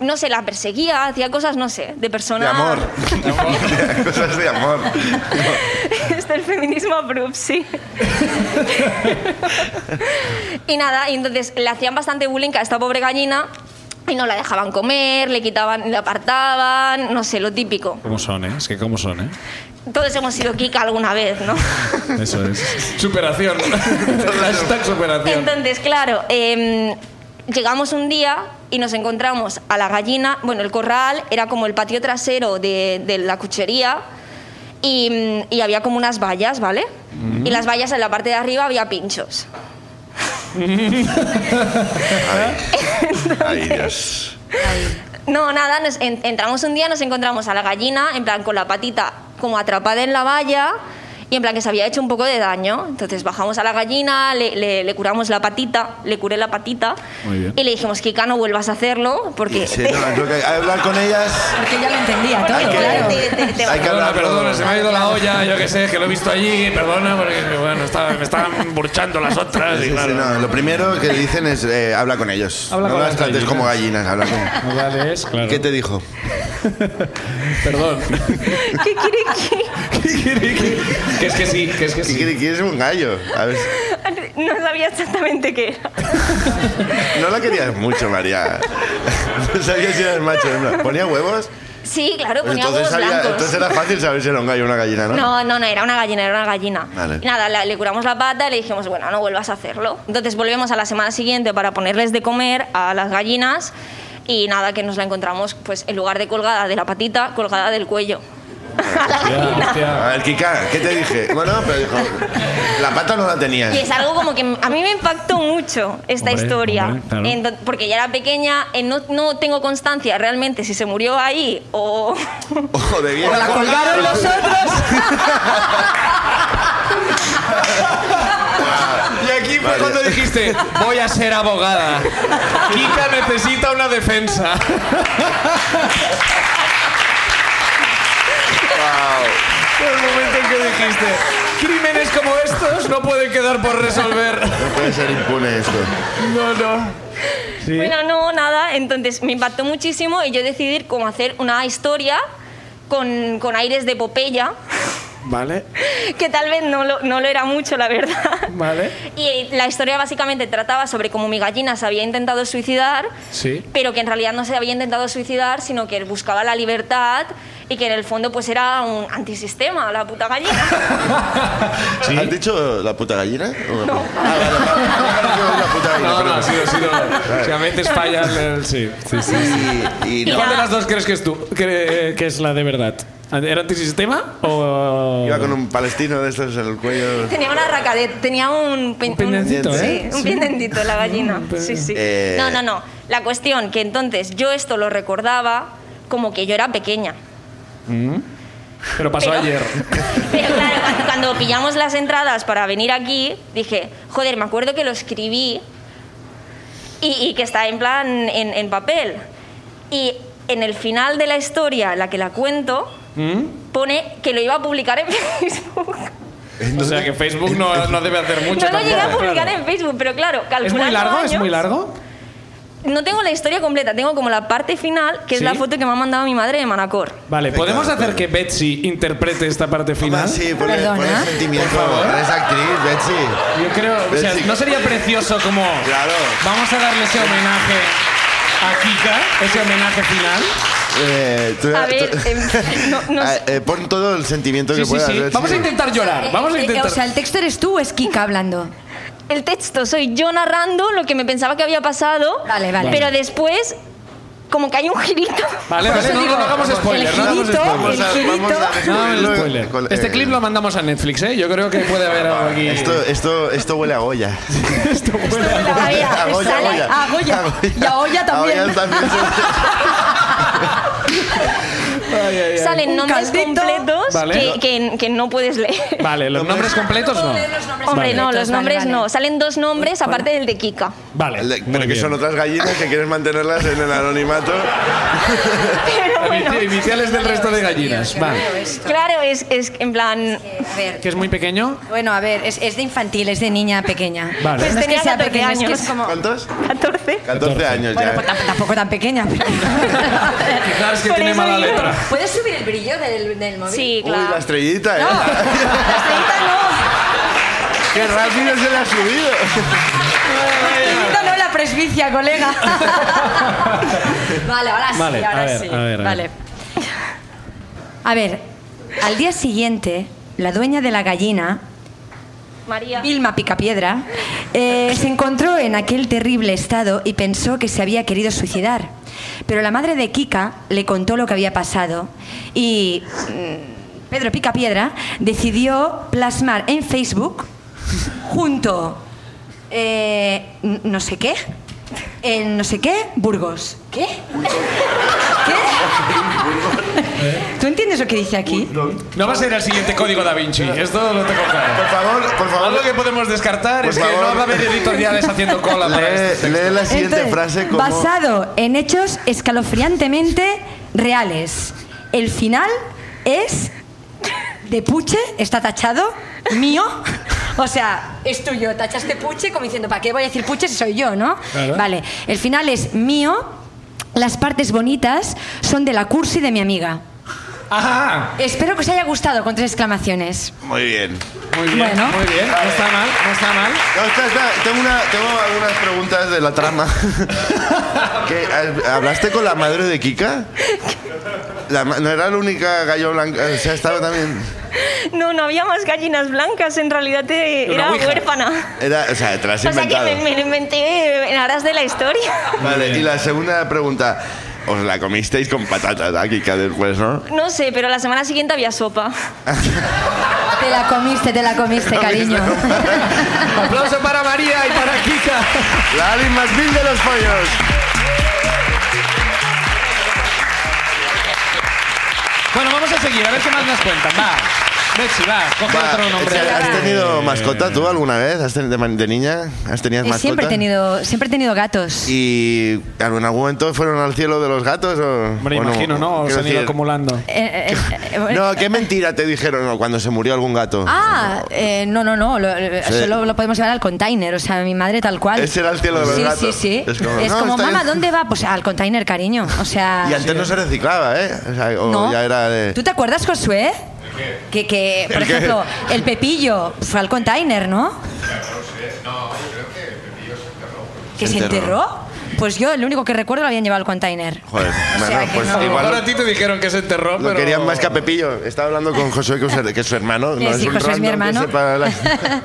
No sé, la perseguía, hacía cosas, no sé, de persona...
De amor. Cosas de amor.
Esto Este el feminismo approves, sí. y nada, y entonces le hacían bastante bullying a esta pobre gallina y no la dejaban comer, le quitaban, le apartaban, no sé, lo típico.
¿Cómo son, eh? Es que cómo son, eh.
Todos hemos sido Kika alguna vez, ¿no?
Eso es. Superación. Hashtag superación.
Entonces, claro, em, llegamos un día y nos encontramos a la gallina. Bueno, el corral era como el patio trasero de, de la cuchería y, mm, y había como unas vallas, ¿vale? Y las vallas en la parte de arriba había pinchos.
Ay, Dios.
No, nada, nos en- entramos un día, nos encontramos a la gallina, en plan, con la patita como atrapada en la valla y en plan que se había hecho un poco de daño. Entonces bajamos a la gallina, le, le- le curamos la patita, le curé la patita
Muy bien.
y le dijimos, Kika, no vuelvas a hacerlo porque...
Sí, no, es lo que hay. Hay que hablar con ellas.
Porque ella lo entendía todo,
Hay que,
claro.
te- te-
hay que
Perdona,
hablar
perdona,
con-
se me ha ido la olla, yo que sé, que lo he visto allí, perdona, porque bueno, estaba- me estaban burchando las otras.
Sí,
y
sí,
claro.
no, lo primero que dicen es eh, habla con ellos.
Habla
no
con
las
las
trates como gallinas, habla con.
No vale, es, claro.
¿Qué te dijo?
Perdón.
¿Qué quiere que-
que es que sí, que es que
¿Qué
sí.
quiere- ¿Quieres un gallo? A ver,
No sabía exactamente qué era.
no la querías mucho, María. No sabía si eras macho. en plan, ¿Ponía huevos?
Sí, claro, ponía
Entonces,
huevos
sabía-
blancos.
entonces era fácil saber si era un gallo o una gallina, ¿no?
No, no, no, era una gallina, era una gallina.
Vale.
Y nada, la- le curamos la pata y le dijimos, bueno, no vuelvas a hacerlo. Entonces volvemos a la semana siguiente para ponerles de comer a las gallinas y nada, que nos la encontramos, pues en lugar de colgada de la patita, colgada del cuello. A la
Ya,
gallina.
hostia.
A ver, Kika, ¿qué te dije? Bueno, pero dijo, la pata no la tenías.
Y es algo como que a mí me impactó mucho esta
Hombre,
historia.
hombre, claro.
Ento- porque ya era pequeña, eh, no, no tengo constancia realmente si se murió ahí o...
Ojo, de bien.
colgaron los otros.
Ah,
Y aquí fue
Vale.
cuando dijiste, voy a ser abogada. Kika necesita una defensa.
Wow.
Fue El momento en que dijiste, crímenes como estos no pueden quedar por resolver.
No puede ser impune esto.
No, no. Sí.
Bueno, no, nada. Entonces me impactó muchísimo y yo decidí como hacer una historia con, con aires de Popeya,
Vale,
que tal vez no lo, no lo era mucho, la verdad.
vale.
Y la historia básicamente trataba sobre cómo mi gallina se había intentado suicidar,
Sí.
pero que en realidad no se había intentado suicidar, sino que buscaba la libertad y que en el fondo pues era un antisistema, la puta gallina.
Sí.
¿Has dicho la puta gallina? No. Ah, vale, vale. La puta gallina,
No, no,
perdón.
ha sido, ha sido. O sea, metes falla en el- Sí, sí, sí.
Y,
¿Y
no.
cuál de las dos crees que es tú? eh, Que, que es la de verdad. ¿Era antisistema o.?
Iba con un palestino de estos en el cuello.
Tenía una racadet, tenía un, pen-
Un pendientito,
sí,
¿eh?
un pendentito la gallina. Sí, sí.
Eh.
No, no, no. La cuestión que entonces yo esto lo recordaba como que yo era pequeña.
Mm.
Pero pasó
Pero-
ayer.
Pero claro, cuando, cuando pillamos las entradas para venir aquí, dije, joder, me acuerdo que lo escribí y, y que está en plan en, en papel. Y en el final de la historia, la que la cuento,
Mm.
pone que lo iba a publicar en Facebook.
O sea que Facebook no, no debe hacer mucho.
no lo llegué a
tampoco,
publicar
claro.
en Facebook, pero claro,
¿Es
calculando
muy largo?
años,
¿Es muy largo?
No tengo la historia completa, tengo como la parte final, que
¿Sí?
es la foto que me ha mandado mi madre de Manacor.
Vale, ¿podemos
Venga, pues.
hacer que Betsy interprete esta parte final?
Sí, ponle,
Perdona.
ponle sentimiento.
Por favor.
Eres actriz, Betsy.
Yo creo, o sea,
Betsy.
¿no sería precioso como
Claro.
vamos a darle ese homenaje a Kika, ese homenaje final?
Eh, tú-
A ver,
tú-
em, no, no
Ah,
sé.
eh, pon todo el sentimiento
Sí,
que
sí,
puedas.
sí.
Betsy.
Vamos a intentar llorar, vamos a
Eh, eh,
intentar.
O sea, el texto eres tú o es Kika hablando.
El texto soy yo narrando lo que me pensaba que había pasado,
Vale, vale.
pero después como que hay un girito.
Vale,
Por
vale,
eso
no,
digo,
no, no hagamos
el
spoiler, no hagamos
girito,
spoiler.
Vamos a-
el
vamos a
girito.
No hagamos
descubrirlo
spoiler.
con-
Este
eh,
clip lo mandamos a Netflix, ¿eh? Yo creo que puede haber algo aquí.
Esto, esto, esto huele a Goya.
Esto huele a-
La había-
A Goya,
sale-
Goya.
a Goya. Y a Goya también.
A Goya también.
Salen
Un
nombres
caldito.
completos
Vale.
que, que- que no puedes leer.
Vale, los nombres completos no.
Hombre, no, los
Vale,
nombres
vale.
no. Salen dos nombres aparte del de Kika.
Vale,
Le-
muy
Pero que
bien.
son otras gallinas que quieres mantenerlas en el anonimato.
Inici- Iniciales del resto de gallinas. Vale.
Claro, es, es en plan.
A ver,
Que es muy pequeño.
bueno, a ver, es, es de infantil, es de niña pequeña.
Vale. Pues
No es que
tenía
sea
14
pequeña, es que
años.
es como...
¿Cuántos?
14.
14 años
Bueno,
ya. ¿eh?
pues tamp- tampoco tan pequeña. pero-
Quizás que
Por
tiene
eso
mala
digo.
letra.
¿Puedes subir el brillo del, del móvil?
Sí,
Uy, la
claro.
estrellita, ¿eh?
No, las 30 no.
¡Qué rápido se la ha subido!
Las 30 no, la presbicia, colega. vale, ahora sí,
Vale,
ahora
a ver,
sí.
a ver, a
vale.
ver.
A ver, al día siguiente, la dueña de la gallina
María.
Vilma Picapiedra, eh, se encontró en aquel terrible estado y pensó que se había querido suicidar. Pero la madre de Kika le contó lo que había pasado y mm, Pedro Picapiedra decidió plasmar en Facebook junto eh, n- no sé qué, en no sé qué, Burgos. ¿Qué? ¿Qué? ¿Tú entiendes lo que dice aquí?
No va a ser el siguiente código da Vinci. Esto lo tengo claro.
Por favor, por favor.
Algo que podemos descartar
Por
es que
favor.
no va a haber editoriales haciendo cola para este
Lee,
texto.
lee la E. siguiente
Entonces,
frase como...
Basado en hechos escalofriantemente reales. El final es de Puche, está tachado, mío. O sea, es tuyo, tachaste Puche como diciendo, ¿para qué voy a decir Puche si soy yo, no?
Claro.
Vale, el final es mío, las partes bonitas son de la cursi de mi amiga.
¡Ajá!
Espero que os haya gustado con tres exclamaciones.
Muy bien.
Muy bien,
Bueno.
muy bien. No está mal, no está mal.
No, espera, espera, Tengo, una, tengo algunas preguntas de la trama. ¿Qué, ha- ¿Hablaste con la madre de Kika? La ma- no era la única gallo blanca, o sea, estaba también...
No, no había más gallinas blancas, en realidad eh,
Una
era
ouija.
huérfana.
Era, o sea, te la has
O sea que
inventado.
me, me lo inventé en aras de la historia.
Vale, y la segunda pregunta. Os la comisteis con patatas a Kika después, ¿no?
No sé, pero la semana siguiente había sopa.
Te la comiste, te la comiste, cariño.
Aplauso para María y para Kika.
La Ali más vil de los pollos.
Bueno, vamos a seguir, a ver qué más nos cuentan. Va. Betsy, va, coge
Va,
otro nombre. Eh.
Echa, ¿Has tenido mascota tú alguna vez? ¿Has tenido de, man- de niña? ¿Has tenido
Eh,
mascota?
siempre, he tenido, siempre he tenido gatos.
¿Y en algún momento fueron al cielo de los gatos? O,
Hombre,
o no?
imagino, ¿no? Os
Quiero
han ido
decir-
acumulando.
Eh, eh, eh,
No, qué mentira te dijeron no, cuando se murió algún gato.
Ah, eh, no, no, no. Lo, lo-
Sí.
Solo lo podemos llevar al container. O sea, mi madre tal cual.
Ese era el cielo de los
sí,
gatos.
Sí, sí,
Es como,
Es
"No,
como,
está
mamá,
bien".
¿dónde va? Pues al container, cariño. O sea.
y antes no se reciclaba, ¿eh? O, sea, o
no.
ya era de...
¿Tú te acuerdas, Josué? Que, que, por
¿El qué?
ejemplo, el Pepillo fue al container, ¿no? ¿Que
Se
se
enterró.
enterró? Pues yo, el único que recuerdo lo habían llevado al container.
Joder,
sea,
bueno,
que
pues
no.
igual
Ahora a ti te dijeron que se enterró,
Lo
pero...
querían más que a Pepillo. Estaba hablando con José, que es su- que es su hermano.
Sí,
no
sí,
es un
Josué es mi
random que
hermano.
sepa las-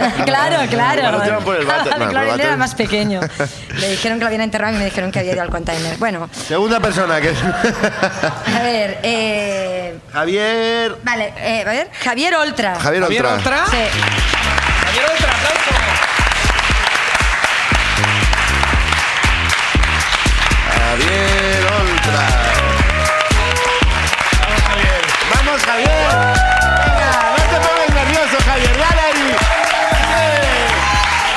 claro, claro.
Bueno, tiraron por el váter. No, por el
claro, él
váter.
era más pequeño. Le dijeron que lo habían enterrado y me dijeron que había ido al container. Bueno,
Segunda persona, que es
a ver. Eh,
Javier...
Vale, eh, a ver, Javier Oltra.
Javier
¿Javier
Oltra.
Oltra?
Sí.
Javier Oltra, aplauso.
Javier Oltra. Vamos, Javier. Venga, no te pongas nervioso, Javier. Dale ahí.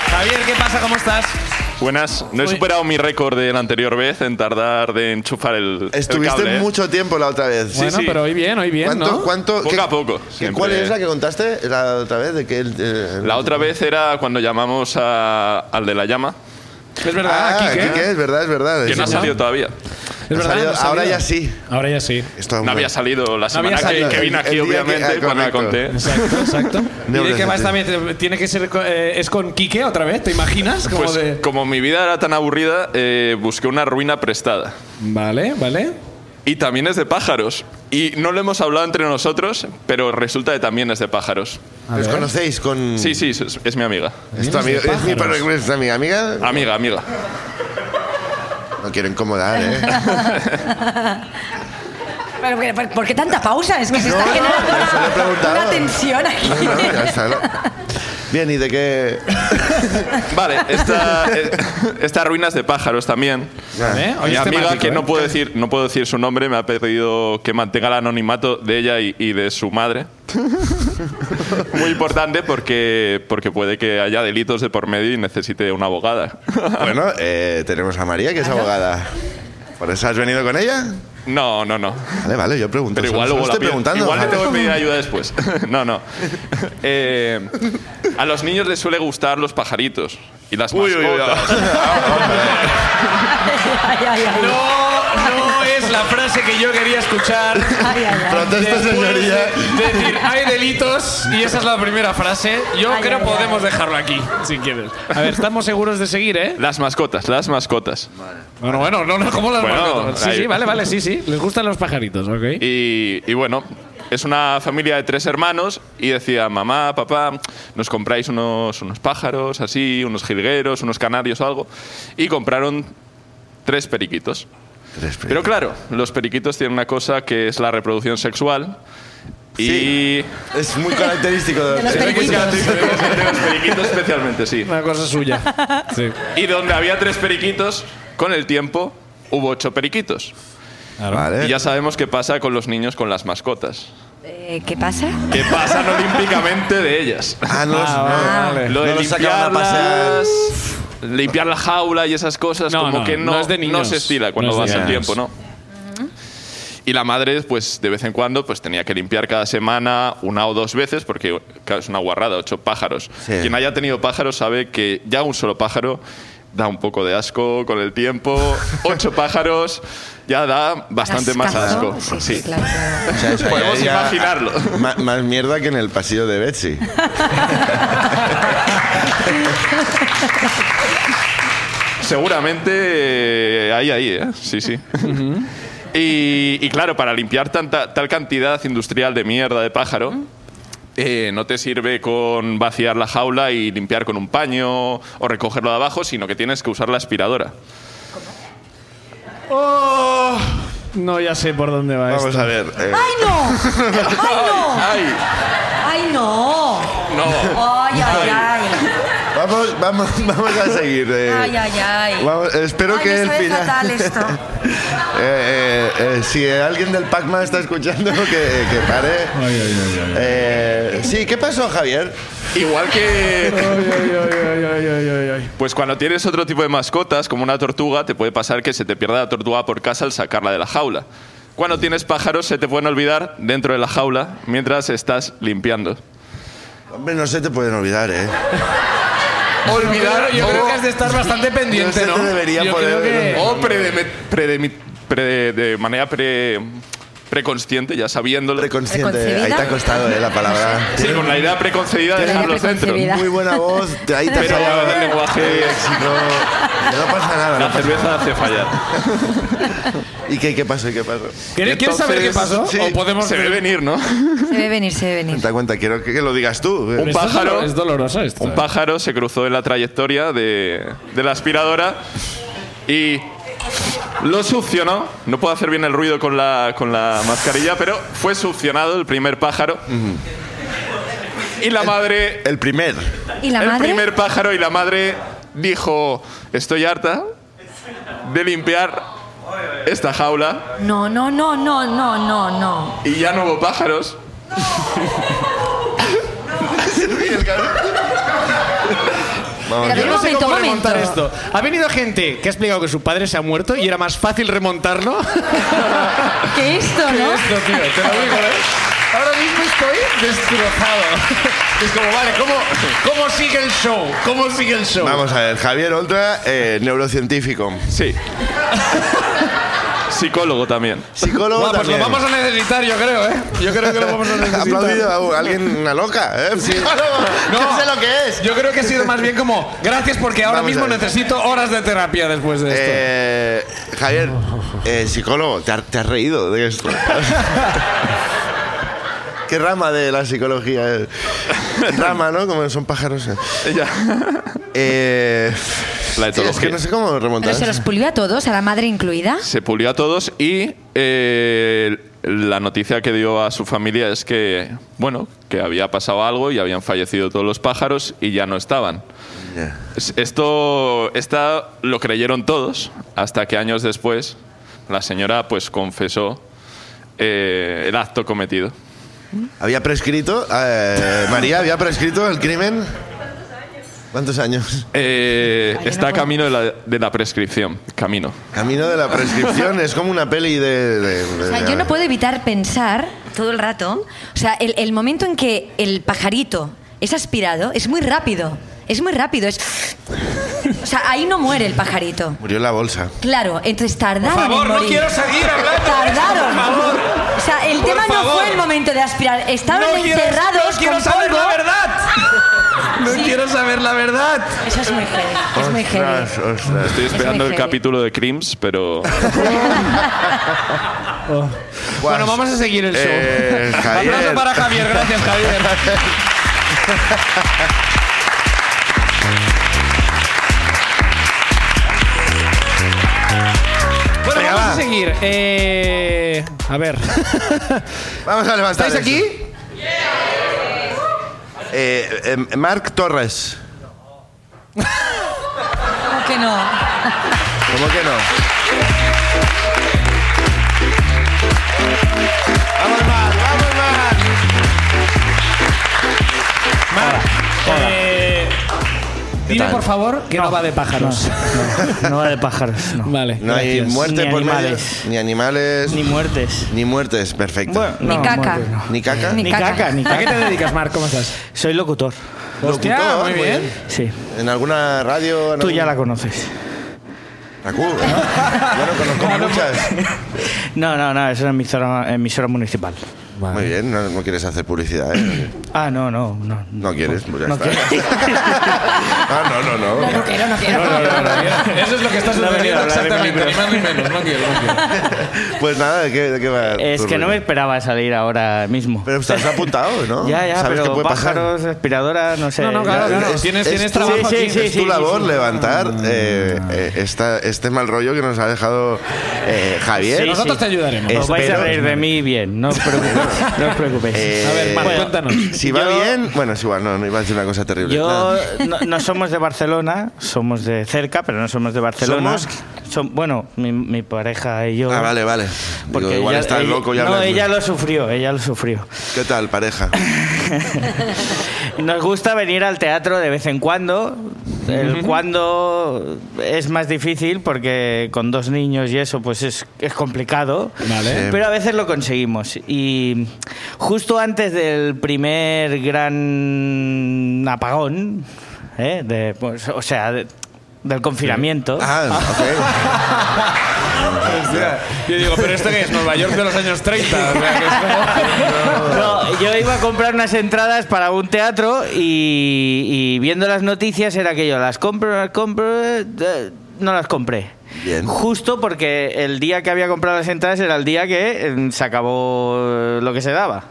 Javier, ¿qué pasa? ¿Cómo estás?
Buenas. No he superado mi récord de la anterior vez en tardar de enchufar el, el
Estuviste
cable, ¿eh?
mucho tiempo la otra vez.
Sí,
bueno,
sí.
pero hoy bien, hoy bien,
¿Cuánto,
¿no?
cuánto-
Poco
qué-
a poco,
qué-
siempre.
¿Cuál es la que contaste la otra vez? De que eh, el- el-
La otra vez era cuando llamamos a- al de la llama,
Es verdad,
Ah,
Quique.
Quique, es verdad, es verdad.
que no ha
Sí,
salido todavía.
Es
Ha
verdad,
salido-
no sabía.
ahora ya sí.
Ahora ya sí.
Esto es
No
una-
había salido la semana
había
que-
salido.
que, vine
El-
aquí,
el día que-
obviamente,
ah,
cuando la
correcto.
conté.
Exacto, exacto. ¿Y de qué más
Neurosensation.
también? ¿Tiene que ser co- eh, es con Quique otra vez? ¿Te imaginas? Como
Pues
de...
como mi vida era tan aburrida, eh, busqué una ruina prestada.
Vale, vale.
Y también es de pájaros. Y no lo hemos hablado entre nosotros, pero resulta que también es de pájaros.
A
¿Los
ver.
conocéis
Mm.
con...?
Sí, sí, es, es mi amiga.
Es tu amigo-
Vienes de
es mi
pájaros.
perro- es mi amiga.
Amiga, amiga.
No quiero incomodar, ¿eh?
Pero, pero, ¿por- ¿Por qué tanta pausa? Es que se está
No, no,
generando
pero se lo he
una,
preguntado.
una tensión aquí.
No, no, ya está, no. Bien, ¿y de qué...?
Vale, esta, eh, esta ruina es de pájaros también.
Vale, hoy
Mi
es
este
amiga,
temático,
que
¿eh?
no puedo, decir, no puedo decir su nombre, me ha pedido que mantenga el anonimato de ella y, y de su madre. Muy importante porque, porque puede que haya delitos de por medio y necesite una abogada.
Bueno, eh, tenemos a María, que es abogada. ¿Por eso has venido con ella?
No, no, no.
Vale, vale, yo pregunto.
Pero
solo-
igual
solo
luego
Pues estoy
la
preguntando.
pido. Igual le
vale.
tengo que pedir ayuda después. no, no. Eh, a los niños les suele gustar los pajaritos y las
Uy, uy, uy.
mascotas.
Ay, ay, ay.
No, no es la frase que yo quería escuchar.
Ay, ay, ay.
Protesto,
Después de-
señoría.
de decir, hay delitos y esa es la primera frase. Yo
Ay,
creo
ay,
podemos
ay.
dejarlo aquí, si quieres. A ver, estamos seguros de seguir, ¿eh?
Las mascotas, las mascotas.
Bueno, bueno, no, no, ¿cómo las
Bueno,
mascotas? Sí,
ahí.
sí, vale, vale, sí, sí. Les gustan los pajaritos, ¿ok?
Y, y bueno, es una familia de tres hermanos y decía, mamá, papá, nos compráis unos, unos pájaros así, unos jilgueros, unos canarios o algo. Y compraron tres periquitos.
Tres
Pero claro, los periquitos tienen una cosa que es la reproducción sexual.
Sí.
Y...
Es muy característico.
De los
Es muy
periquitos.
característico.
De los periquitos especialmente, sí.
Una cosa suya. Sí.
Y donde había tres periquitos, con el tiempo hubo ocho periquitos.
Vale.
Y ya sabemos qué pasa con los niños con las mascotas.
Eh, ¿Qué pasa?
Que pasan olímpicamente de ellas.
Ah, no,
Ah,
no.
vale, vale.
Lo de
No los sacaban a pasear.
limpiarlas, limpiar la jaula y esas cosas,
No,
como
no,
que no,
no es de niños.
se estila cuando
No es de
vas al
niños.
tiempo, ¿no? Y la madre, pues de vez en cuando, pues tenía que limpiar cada semana una o dos veces, porque claro, es una guarrada, ocho pájaros.
Sí.
Quien haya tenido pájaros sabe que ya un solo pájaro da un poco de asco con el tiempo. ocho pájaros ya da bastante más
Ascazo.
asco.
Sí, sí, claro, claro.
O sea, eso
Podemos
ya-
imaginarlo.
Ma- más mierda que en el pasillo de Betsy.
Seguramente eh, ahí, ahí, ¿eh? Sí, sí. y, y claro, para limpiar tanta, tal cantidad industrial de mierda de pájaro, eh, no te sirve con vaciar la jaula y limpiar con un paño o recogerlo de abajo, sino que tienes que usar la aspiradora.
Oh, No, ya sé por dónde va
Vamos
esto.
a ver. eh,
¡Ay, no! ¡Ay, no!
¡Ay!
¡Ay, no!
¡No!
¡Ay, ay, ay!
vamos, vamos, vamos a seguir. eh.
¡Ay, ay, ay!
Vamos- espero
Ay,
que
me
el
sabe
final.
fatal esto.
Eh, eh, eh, si alguien del Pac-Man está escuchando, que, que pare. Eh, sí, ¿qué pasó, Javier?
Igual que.
Ay, ay, ay, ay, ay, ay, ay, ay.
Pues cuando tienes otro tipo de mascotas, como una tortuga, te puede pasar que se te pierda la tortuga por casa al sacarla de la jaula. Cuando tienes pájaros, se te pueden olvidar dentro de la jaula mientras estás limpiando.
Hombre, no se te pueden olvidar, ¿eh?
Olvidar, yo creo que has de estar bastante pendiente,
se te
¿no?
debería
yo
poder-
creo que...
O predeme- predemi- pre- de manera pre- preconsciente, ya sabiéndolo.
Preconsciente.
Preconcebida.
Ahí te ha costado, ¿eh? La palabra.
Sí, con la idea preconcebida de
Idea
dejarlos dentro.
preconcebida.
Muy buena voz. te- Ahí te ha
Pero
fallado.
el lenguaje-
Sí, no, no pasa nada. no
La
pasa-
cerveza hace fallar.
¿Y qué, qué pasó? ¿Y qué pasó?
¿Quieres, quieres saber qué pasó?
Sí,
¿O podemos
Se ve venir, ¿no?
Se ve venir, se ve venir.
Te da cuenta, quiero que, que lo digas tú. eh.
Esto
Un
es
pájaro-
dolor- Es doloroso esto. ¿eh?
Un pájaro se cruzó en la trayectoria de, de la aspiradora y lo succionó. No puedo hacer bien el ruido con la, con la mascarilla, pero fue succionado el primer pájaro. Y la madre,
El primer.
¿Y la
el
madre?
primer pájaro y la madre dijo, estoy harta de limpiar esta jaula
No, no, no, no, no, no, no.
y ya no hubo pájaros.
Vamos ya.
Pero
Yo no sé
momento,
cómo
un momento.
remontar esto. Ha venido gente que ha explicado que su padre se ha muerto y era más fácil remontarlo.
¿Qué esto,
que
no?
esto, tío. Te lo digo, ¿eh? Ahora mismo estoy destrozado. Es como, vale, ¿cómo, cómo sigue el show? ¿Cómo sigue el show?
Vamos a ver, Javier Oltra, eh, neurocientífico.
Sí. Psicólogo también.
Psicólogo
Buah, pues lo
también.
vamos a necesitar, yo creo, ¿eh? Yo creo que lo vamos a necesitar.
Aplaudido a alguien, una loca, ¿eh? Psicólogo.
No.
No sé lo que es.
Yo creo que ha sido más bien como, gracias porque ahora
Vamos a
mismo
ver.
necesito horas de terapia después de esto.
Eh, Javier, eh, psicólogo, ¿te, has- te has reído de esto? ¿Qué rama de la psicología es? Rama, ¿no? Como son pájaros.
Ella.
Eh,
La
tío, es que
etología.
no sé cómo remontar.
¿Pero se los pulió a todos, a la madre incluida?
Se pulió a todos y eh, la noticia que dio a su familia es que, bueno, que había pasado algo y habían fallecido todos los pájaros y ya no estaban.
Ya.
Es- Esto, esta lo creyeron todos, hasta que años después la señora pues confesó eh, el acto cometido.
Había prescrito, eh, María, había prescrito el crimen. ¿Cuántos años?
Eh,
Ay, yo
está
no puedo.
camino de la, de la prescripción, camino.
Camino de la prescripción es como una peli de. de- de-
O
Eh,
sea, yo no puedo evitar pensar todo el rato, o sea, el, el momento en que el pajarito es aspirado es muy rápido, es muy rápido, es... O sea, ahí no muere el pajarito.
Murió en la bolsa.
Claro, entonces tardaron
Por favor,
en
no
morir.
quiero seguir hablando. de esto,
Tardaron.
Por favor.
O sea, el
Por
tema no
favor.
fue el momento de aspirar. Estaban
No quiero,
encerrados
no quiero
con
saber
polvo.
la verdad. No quiero saber la verdad.
Eso es muy heavy. Es muy heavy.
Ostras, ostras.
Estoy esperando el
heavy.
capítulo de Crims, pero
Bueno, vamos a seguir el show.
Eh, Javier.
Aplauso para Javier, gracias Javier. bueno,
Venga,
vamos
va.
a seguir. Eh, a ver.
Vamos a levantar.
¿Estáis aquí?
esto. Eh, eh, Marc Torres.
¿Cómo que no?
¿Cómo que no? Vamos, Marc, vamos, Marc.
Mar, eh, dime
tal?
por favor que no, va de pájaros.
No, no va de pájaros, no.
Vale.
No hay
gracias.
muerte
Ni
por medio,
animales.
Ni animales.
Ni
Ni,
muertes.
muertes, perfecto.
Bueno,
Ni
no,
caca.
muertes no.
Ni caca.
Ni
Ni caca, ni
¿A qué te
caca.
dedicas, Mar? ¿Cómo estás?
Soy locutor.
Hostia,
Locutor, pues.
muy bien.
Sí.
¿En alguna radio? en
Tú ya la
algún-
conoces.
La Q, ¿no? Yo no conozco muchas.
No, no, no, es una emisora, emisora municipal.
Muy bien, no, no quieres hacer publicidad, ¿eh?
Ah, no, no, no.
No quieres, pues ya está. ah, no, no, no.
Eso es lo que está
No me quiero
sucediendo
hablar
exactamente,
de
ni
peligros.
más ni menos. No quiero, no quiero.
Pues nada, ¿de qué, de qué va?
Es
tu
que no me
rollo?
esperaba salir ahora mismo.
Pero estás apuntado, ¿no?
ya, ya,
¿Sabes
pero
qué puede pasar?
pájaros, aspiradoras, no sé.
No, no, claro,
Ya-
claro. Tienes,
es
tienes
tu-
trabajo
sí,
aquí.
sí,
Es tu labor
sí.
levantar eh, eh, esta- este mal rollo que nos ha dejado eh, Javier.
Sí,
Nosotros
sí.
te ayudaremos.
Eh,
Os vais a
Espero-
reír de mí bien, no os preocupéis. no os preocupéis.
Eh,
A ver, Mar,
Bueno,
cuéntanos.
Si va
yo-
bien, bueno, es igual, no, no iba a decir una cosa terrible.
Yo
Nada.
no, no somos de Barcelona, somos de cerca, pero no somos de Barcelona.
¿Somos?
Son- bueno, mi, mi pareja y yo.
Ah, vale, vale. Porque igual
ella-
estás
ella-
loco ya
No,
hablando.
ella lo sufrió, ella lo sufrió.
¿Qué tal, pareja?
Nos gusta venir al teatro de vez en cuando. El cuando es más difícil porque con dos niños y eso pues es, es complicado.
Vale.
Sí.
Pero a veces lo conseguimos. Y justo antes del primer gran apagón, ¿eh? de, pues, o sea, de- del confinamiento.
Ah, ok.
Yo digo, pero esto que es Nueva York de los años 30. O sea, que es como-
No, yo iba a comprar unas entradas para un teatro y, y viendo las noticias era que yo las compro, las compro, eh, no las compré.
Bien.
Justo porque el día que había comprado las entradas era el día que eh, se acabó eh, lo que se daba.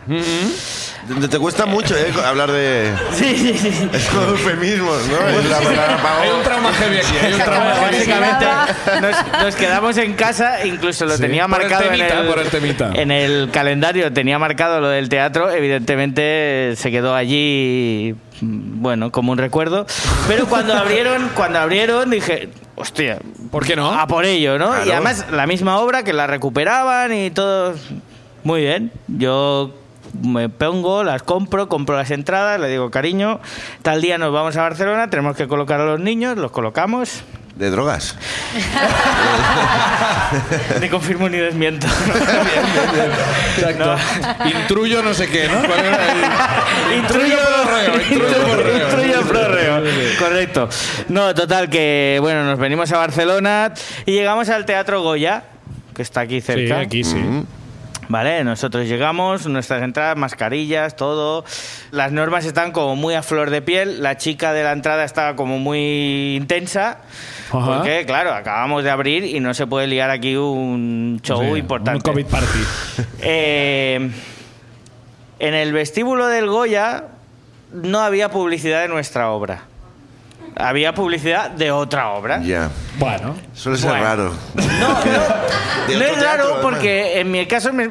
Te- Te cuesta mucho, ¿eh? Hablar de.
Sí, sí, sí.
Es como eufemismos, ¿no? Es la
Hay
palabra
un
apagón.
trauma heavy aquí. Hay un trauma
acabó
heavy.
de-
Básicamente nos, nos quedamos en casa, incluso lo
Sí,
tenía
por el
marcado
temita,
en, el,
por el temita.
en el calendario, tenía marcado lo del teatro, evidentemente eh, se quedó allí, mm, bueno, como un recuerdo, pero cuando abrieron, cuando abrieron dije, hostia,
¿Por qué no?
a por ello, ¿no?
Claro.
Y además la misma obra que la recuperaban y todo, muy bien, yo me pongo, las compro, compro las entradas, le digo, cariño, tal día nos vamos a Barcelona, tenemos que colocar a los niños, los colocamos.
De drogas.
Ni confirmo ni desmiento.
Exacto. Intruyo no sé qué, ¿no? Intruyo prorreo, intruyo prorreo.
Intruyo prorreo. Correcto. No, total, que bueno, nos venimos a Barcelona y llegamos al Teatro Goya, que está aquí
Sí,
cerca.
aquí sí.
Vale, nosotros llegamos, nuestras entradas, mascarillas, todo. Las normas están como muy a flor de piel. La chica de la entrada estaba como muy intensa.
Ajá.
Porque, claro, acabamos de abrir y no se puede liar aquí un show
Sí,
importante.
Un COVID party.
Eh, en el vestíbulo del Goya no había publicidad de nuestra obra. Había publicidad de otra obra.
Ya.
Bueno.
Suele ser
¿Ah? Bueno.
raro. De
No
otro
es raro
teatro,
porque en mi caso me,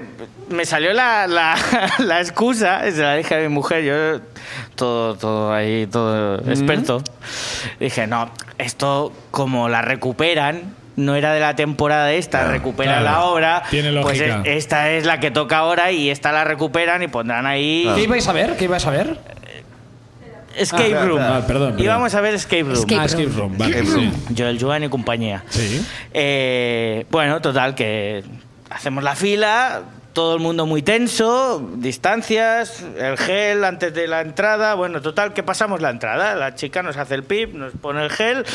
me salió la, la- la excusa, se la dije a mi mujer, yo todo, todo ahí, todo experto. Dije, no, esto como la recuperan, no era de la temporada esta, recuperan
claro.
la obra,
Tiene
pues
lógica.
e- esta es la que toca ahora y esta la recuperan y pondrán ahí
¿Qué ibais a ver? ¿Qué ibais a ver?
Escape
Ah,
Room.
ah, perdón,
Y
perdón.
vamos a ver Escape Room.
Ah, Escape Room, vale. Sí.
Joel Joan y compañía.
Sí.
Eh, bueno, total, que hacemos la fila, todo el mundo muy tenso, distancias, el gel antes de la entrada. Bueno, total, que pasamos la entrada. La chica nos hace el pip, nos pone el gel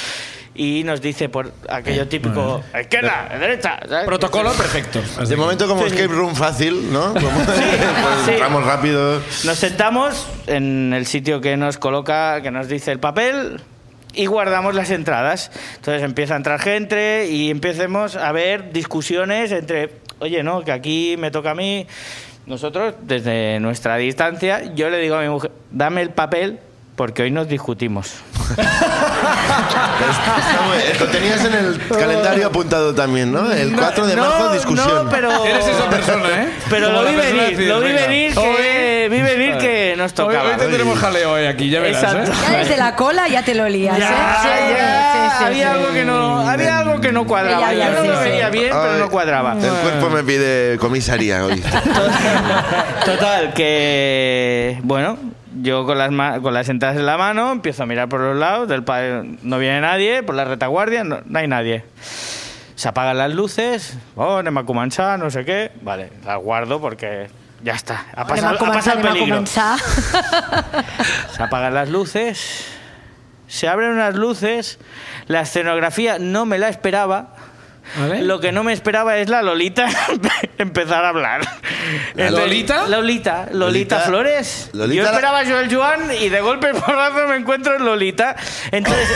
y nos dice por aquello típico: izquierda, derecha. ¿sabes?
Eh, Protocolo perfecto.
De momento como escape room fácil, ¿no? Como, pues,
sí.
Entramos rápido.
Nos sentamos en el sitio que nos coloca, que nos dice el papel y guardamos las entradas. Entonces empieza a entrar gente y empecemos a ver discusiones entre, oye, no, que aquí me toca a mí. Nosotros, desde nuestra distancia, yo le digo a mi mujer, dame el papel porque hoy nos discutimos.
Está muy- Lo tenías en el calendario apuntado también, ¿no? El 4 de marzo, discusión.
No, pero...
Eres esa persona, ¿eh?
Pero
Como
lo
la
vi
persona
venir,
decir,
lo vi
venga,
venir que, vi venir que nos
Hoy,
tocaba.
hoy tendremos jaleo hoy aquí, ya verás,
Exacto.
¿eh?
Ya desde la cola ya te lo lías,
Ya,
¿eh? Sí,
ya,
sí, sí,
había
sí.
algo que no había algo que no
Ya,
cuadraba.
ya,
Yo no
sí,
lo
sí. Mm.
veía bien, pero
Ay,
no cuadraba.
El cuerpo me pide comisaría hoy.
Total que bueno, yo con las ma- con las entradas en la mano empiezo a mirar por los lados del pa- no viene nadie, por la retaguardia no, no hay nadie. Se apagan las luces, oh, Nemacumancha, no sé qué. Vale, las guardo porque ya está. Ha
Anem
pasado,
a
ha
començar,
pasado el
anem a
peligro.
començar.
Se apagan las luces. Se abren unas luces. La escenografía no me la esperaba.
¿Vale?
Lo que no me esperaba es la Lolita empezar a hablar.
¿La Lolita?
Lolita, Lolita,
Lolita-
Flores.
Lolita-
Yo esperaba a Joel Juan y de golpe por brazo me encuentro en Lolita. Entonces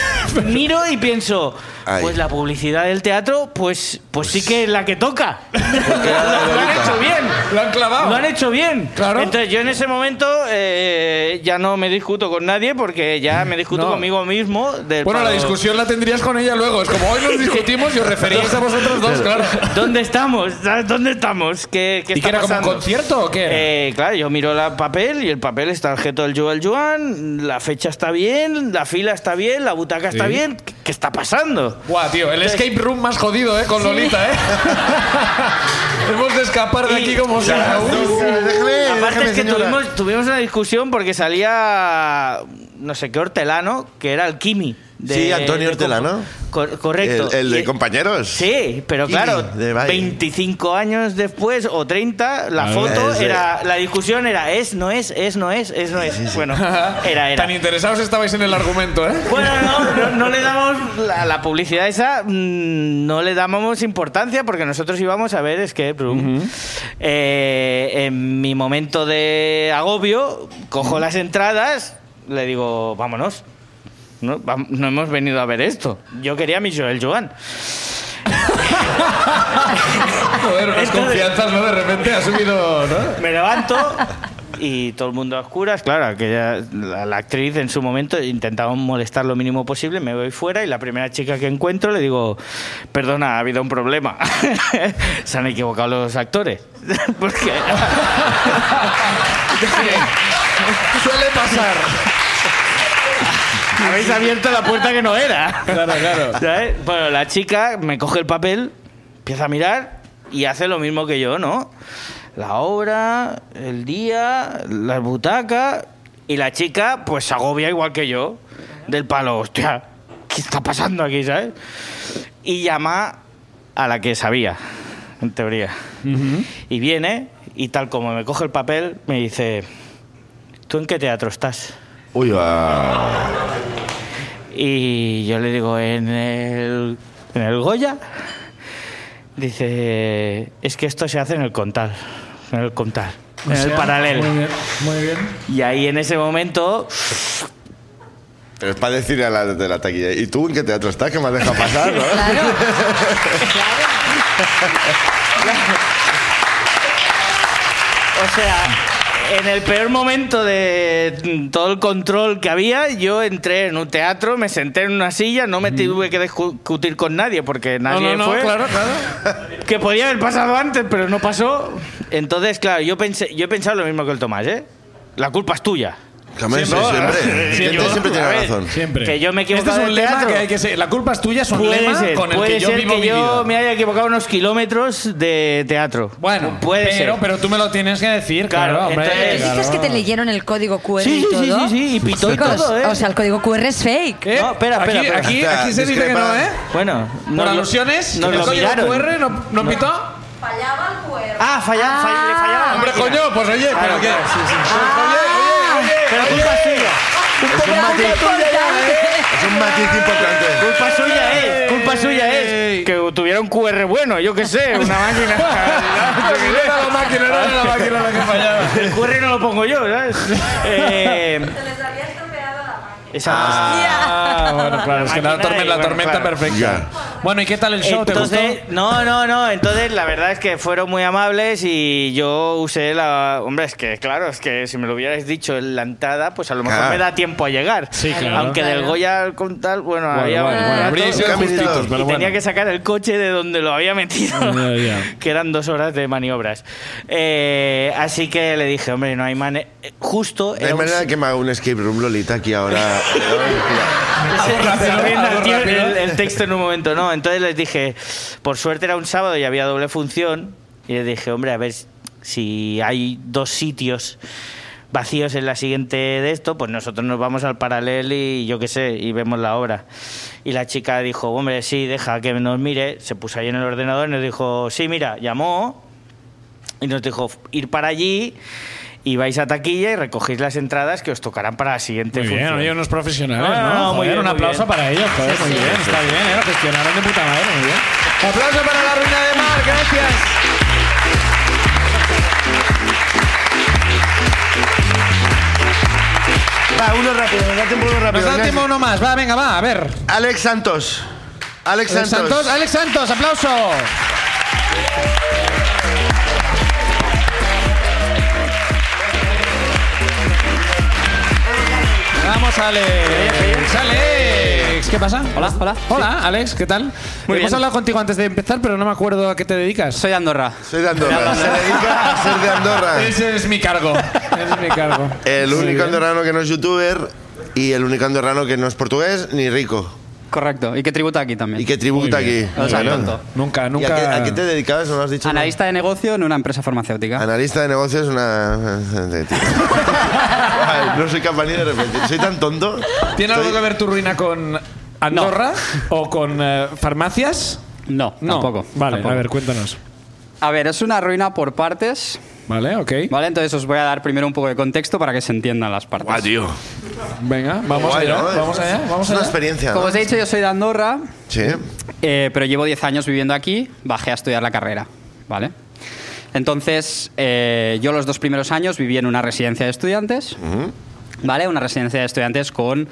miro y pienso,
Ay.
pues la publicidad del teatro, pues, pues sí que es la que toca. lo han
Lolita.
hecho bien.
Lo han clavado.
Lo han hecho bien.
Claro.
Entonces yo en ese momento eh, ya no me discuto con nadie porque ya me discuto
No.
conmigo mismo. del
Bueno, la
palo,
discusión la tendrías con ella luego. Es como hoy nos discutimos y os referíais a vosotros dos, claro.
¿Dónde estamos? ¿Sabes ¿Dónde estamos? ¿Qué, qué
¿Y
está
que era como un
pasando?
concierto o qué? era?
Eh, claro, yo miro el papel y el papel está objeto del Joel Juan, la fecha está bien, la fila está bien, la butaca está
Sí.
bien. ¿Qué, qué está pasando?
Guau, tío, el escape room más jodido, ¿eh? Con Lolita, ¿eh? Hemos de escapar de
Y-
aquí como sea. Uh.
Déjame,
Aparte
déjame,
es que
señora.
tuvimos, tuvimos una discusión porque salía no sé qué hortelano, que era el Kimi. de-
Sí, Antonio
de-
Hortelano.
Cor- correcto.
El, el
Y-
de compañeros.
Sí, pero
Kimi,
claro,
Pues, de Valle.
25 años después o 30, la
A ver,
foto
ese-
era. La discusión era es, no es, es, no es, es, no es. Bueno, era, era.
Tan interesados estabais en el argumento, ¿eh?
Bueno, no, no, no le damos. La, la publicidad esa mm, no le dábamos importancia porque nosotros íbamos a ver Escape Room. Eh, en mi momento de agobio, cojo las entradas, le digo, vámonos. No, vam- no hemos venido a ver esto. Yo quería mi Joel Joan.
Joder, unas
Entonces-
confianzas, ¿no? De repente ha subido, ¿no?
Me levanto y todo el mundo a oscuras. Claro, aquella, la, la actriz en su momento intentaba molestar lo mínimo posible. Me voy fuera y la primera chica que encuentro le digo: Perdona, ha habido un problema. Se han equivocado los actores. Porque.
Suele pasar.
Habéis abierto la puerta que no era.
Claro, claro.
¿Sabes? Bueno, la chica me coge el papel, empieza a mirar y hace lo mismo que yo, ¿no? la obra, el día, la butaca. Y la chica, pues se agobia igual que yo, del palo, hostia, ¿qué está pasando aquí, sabes? Y llama a la que sabía, en teoría. Y viene, y tal como me coge el papel, me dice: ¿Tú en qué teatro estás?
Uy, va.
Y yo le digo, ¿en el, en el Goya? Dice, es que esto se hace en el Contal, en el Contal, en el paralelo.
Muy bien, muy bien.
Y ahí en ese momento,
Pero es para decirle a la de la taquilla, ¿y tú en qué teatro estás que me has dejado pasar? ¿no?
Claro. claro.
o sea, en el peor momento de mm, todo el control que había, yo entré en un teatro, me senté en una silla, no me tuve que discutir con nadie porque
No,
nadie
no, no,
fue.
claro, claro.
que podía haber pasado antes, pero no pasó. Entonces, claro, yo pensé, yo he pensado lo mismo que el Tomás, ¿eh? La culpa es tuya.
Camel, sí, siempre.
Sí,
Vicente
yo-
siempre
a
tiene
ver,
razón.
Siempre.
Que yo me he
Este es
equivocado
un
del
lema
teatro.
que hay que ser. La culpa es tuya es un
Puede
lema
ser,
con el
puede
que yo
ser
vivo
que
mi
yo
vida.
me haya equivocado unos kilómetros de teatro.
Bueno,
puede
pero,
ser.
pero tú me lo tienes que decir, claro,
Claro,
hombre.
entonces-
claro.
¿Dices que te leyeron el código QR
Sí,
y
sí, sí,
todo?
sí, sí, y pitó y
Chicos,
todo, ¿eh?
O sea, el código QR es fake.
¿Eh?
No, espera,
aquí,
espera, espera.
Aquí,
Espera,
aquí se dice que no,
discrepa-
¿eh?
Bueno,
Por
nos lo-
alusiones,
nos
el
lo
código
miraron.
QR no, no pitó.
Fallaba el cuerpo.
Ah, falla, falla- le fallaba la
Hombre,
máquina.
coño, pues oye,
Claro,
pero qué. Ah,
claro, sí, sí.
Oye, oye,
Pero culpa es tuya.
Es un matiz Es un matiz
Ah.
importante.
Culpa suya
¡Eh!
es, culpa suya es. Que tuviera un QR bueno, yo qué sé, una máquina.
Ah,
Yo qué
oye.
sé.
Era la máquina, no era la máquina la que fallaba.
El QR no lo pongo yo, ¿sabes? Eh,
les había estropeado la máquina.
esa-
Ah, bueno, claro, es que la,
máquina
tormenta-
y
la
bueno,
tormenta
claro.
perfecta. Bueno, ¿y qué tal el show? ¿Te
Entonces,
gustó?
no, no, no. Entonces, la verdad es que fueron muy amables y yo usé la. Hombre, es que, claro, es que si me lo hubierais dicho en la entrada, pues a lo mejor
Claro.
me da tiempo a llegar.
Sí, claro.
Aunque del
Claro.
Goya al Contal, bueno, había.
bueno,
era
bueno, habría
todo-
sido
sido
caminito.
justitos, pero
y
bueno.
tenía que sacar el coche de donde lo había metido,
Ya, ya.
que eran dos horas de maniobras. Eh, así que le dije, hombre, no hay manera.
No
Justo.
hay
era un-
manera de que me haga un escape room Lolita aquí ahora.
Se- se
rápido,
ríen
algo
al tío el,
rápido.
el texto en un momento, no. Entonces les dije, por suerte era un sábado y había doble función. Y les dije, hombre, a ver si hay dos sitios vacíos en la siguiente de esto, pues nosotros nos vamos al paralel y yo qué sé, y vemos la obra. Y la chica dijo, hombre, sí, deja que nos mire. Se puso ahí en el ordenador y nos dijo, sí, mira, llamó y nos dijo ir para allí. Y vais a taquilla y recogéis las entradas que os tocarán para la siguiente
Muy bien,
función.
oye, unos profesionales, ¿no?
No, no, no, Ah, muy
Joder,
bien,
un
muy
aplauso
bien.
para ellos, joder, muy bien, está bien, ¿eh? lo gestionaron de puta madre, muy bien. Aplauso para la ruina de Mar, gracias.
Va, uno rápido, nos da tiempo uno
Nos
rápido.
da tiempo uno más, va, venga, va, a ver.
Alex Santos. Alex
Alex
Santos.
Santos, Alex Santos, aplauso. Vamos, Alex. Alex, ¿qué pasa? Hola, hola. Hola, Alex, ¿qué tal? Hemos
bien.
hablado contigo antes de empezar, pero no me acuerdo a qué te dedicas.
Soy de Andorra.
Soy de Andorra. Se dedica a ser de Andorra.
Ese es mi cargo. Ese es mi cargo.
El
Muy
único
bien.
andorrano que no es youtuber y el único andorrano que no es portugués ni rico.
Correcto. Y que tributa aquí también.
Y que tributa aquí.
O sea,
Bueno.
tonto.
Nunca,
¿Y a, qué,
nunca.
a qué te dedicabas? No lo has dicho. ¿no?
Analista de negocio en una empresa farmacéutica.
Analista de negocios una... Ay, no soy capaz ni de repente. Soy tan tonto.
¿Tiene algo
Estoy-
que ver tu ruina con Andorra o con eh, farmacias?
No, tampoco.
Vale,
tampoco.
a ver, cuéntanos.
A ver, es una ruina por partes.
Vale, ok.
Vale, entonces os voy a dar primero un poco de contexto para que se entiendan las partes.
Guau, tío.
Venga, vamos
Guay,
allá.
¿no?
Vamos
Es-
allá. Vamos
Es una
allá.
experiencia.
Como
¿no?
os he dicho, yo soy de Andorra,
Sí.
eh, pero llevo 10 años viviendo aquí. Bajé a estudiar la carrera, ¿vale? Entonces, eh, yo los dos primeros años viví en una residencia de estudiantes, ¿vale? Una residencia de estudiantes con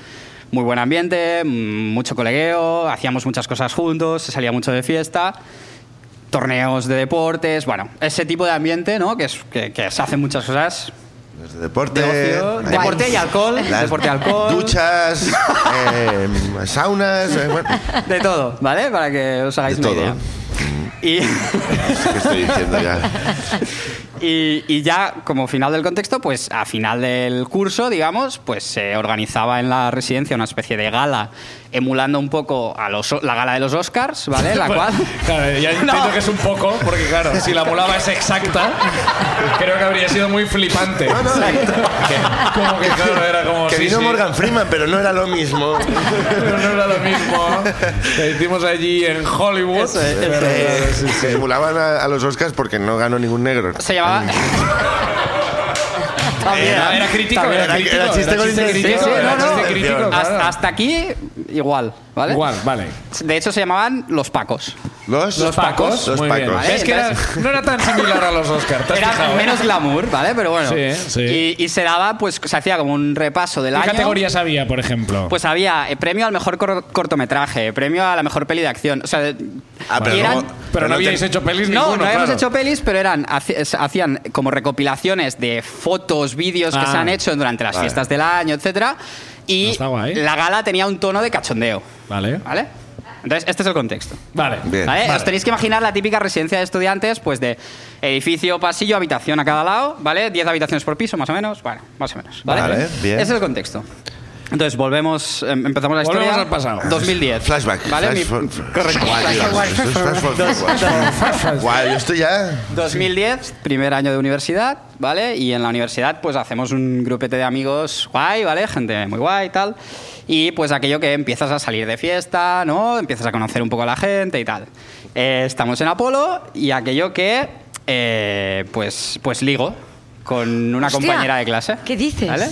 muy buen ambiente, mm, mucho colegueo, hacíamos muchas cosas juntos, se salía mucho de fiesta, torneos de deportes, bueno, ese tipo de ambiente, ¿no? Que, es- que- que se hacen muchas cosas
Desde Deporte.
de ocio,
ahí.
deporte y alcohol,
Las
deporte y alcohol,
Duchas, eh, saunas. eh, bueno,
de todo, ¿vale? Para que os hagáis
De
una
todo.
idea. Y,
no sé ¿Qué estoy diciendo ya?
Y, y ya, como final del contexto, pues a final del curso, digamos, pues se organizaba en la residencia una especie de gala emulando un poco a los, la gala de los Oscars, ¿vale? La cual...
Claro, ya entiendo que es un poco, porque claro, si la molaba es exacta, creo que habría sido muy flipante. Que- como que claro, era como.
Que
sí,
vino
sí,
Morgan Freeman, pero no era lo mismo.
Pero no era lo mismo. Que hicimos allí en Hollywood.
Eso es,
Pero,
eso es.
claro, sí, sí.
Se Eh, emulaban a, a los Oscars porque no ganó ningún negro.
Se llamaba... También,
Era, era crítico,
también.
era,
Era-
crítico.
era chiste con
crítico,
intención.
era
Sí, sí, no,
chiste
no.
crítico,
Hasta-
claro.
Hasta, hasta aquí, igual, ¿vale?
Igual, vale.
De hecho, se llamaban los Pacos.
Los, Los
muy bien.
Pacos.
Vale,
¿Ves que era-
entonces-
no era tan similar a los Oscar? ¿te has
Era
fijado, eh?
menos glamour, ¿vale? Pero bueno.
Sí, sí.
Y, y se daba, pues, se hacía como un repaso del
¿Qué
año.
categorías había, por ejemplo?
Pues había eh, premio al mejor cor- cortometraje, premio a la mejor peli de acción. O sea, de-
Ah, pero
y
no-
eran-
pero no,
no
habíais
te-
hecho pelis
no,
ninguno,
no habíamos
claro.
hecho pelis, pero eran haci- es- hacían como recopilaciones de fotos, vídeos que
Ah.
se han hecho durante las
Vale.
fiestas del año, etcétera.
No
Y
está guay.
la gala tenía un tono de cachondeo,
Vale.
¿vale? Entonces, este es el contexto.
Vale.
Bien.
¿Vale?
Vale.
Os tenéis que imaginar la típica residencia de estudiantes, pues de edificio, pasillo, habitación a cada lado, ¿vale? 10 habitaciones por piso, más o menos. Bueno, más o menos. ¿vale?
Vale, bien.
Ese es el contexto. Entonces, volvemos, em- empezamos la historia.
Volvemos al pasado.
2010.
Flashback.
¿Vale? Mi-
Flash for-
correcto.
Guau,
Flash
Dios,
forward.
esto es flash for- Guau, yo estoy ya.
2010, primer año de universidad, ¿vale? Y en la universidad pues hacemos un grupete de amigos guay, ¿vale? Gente muy guay y tal. Y pues aquello que empiezas a salir de fiesta, ¿no? Empiezas a conocer un poco a la gente y tal. Eh, estamos en Apolo y aquello que eh, pues, pues ligo con una
Hostia,
compañera de clase.
¿qué dices?
¿Vale?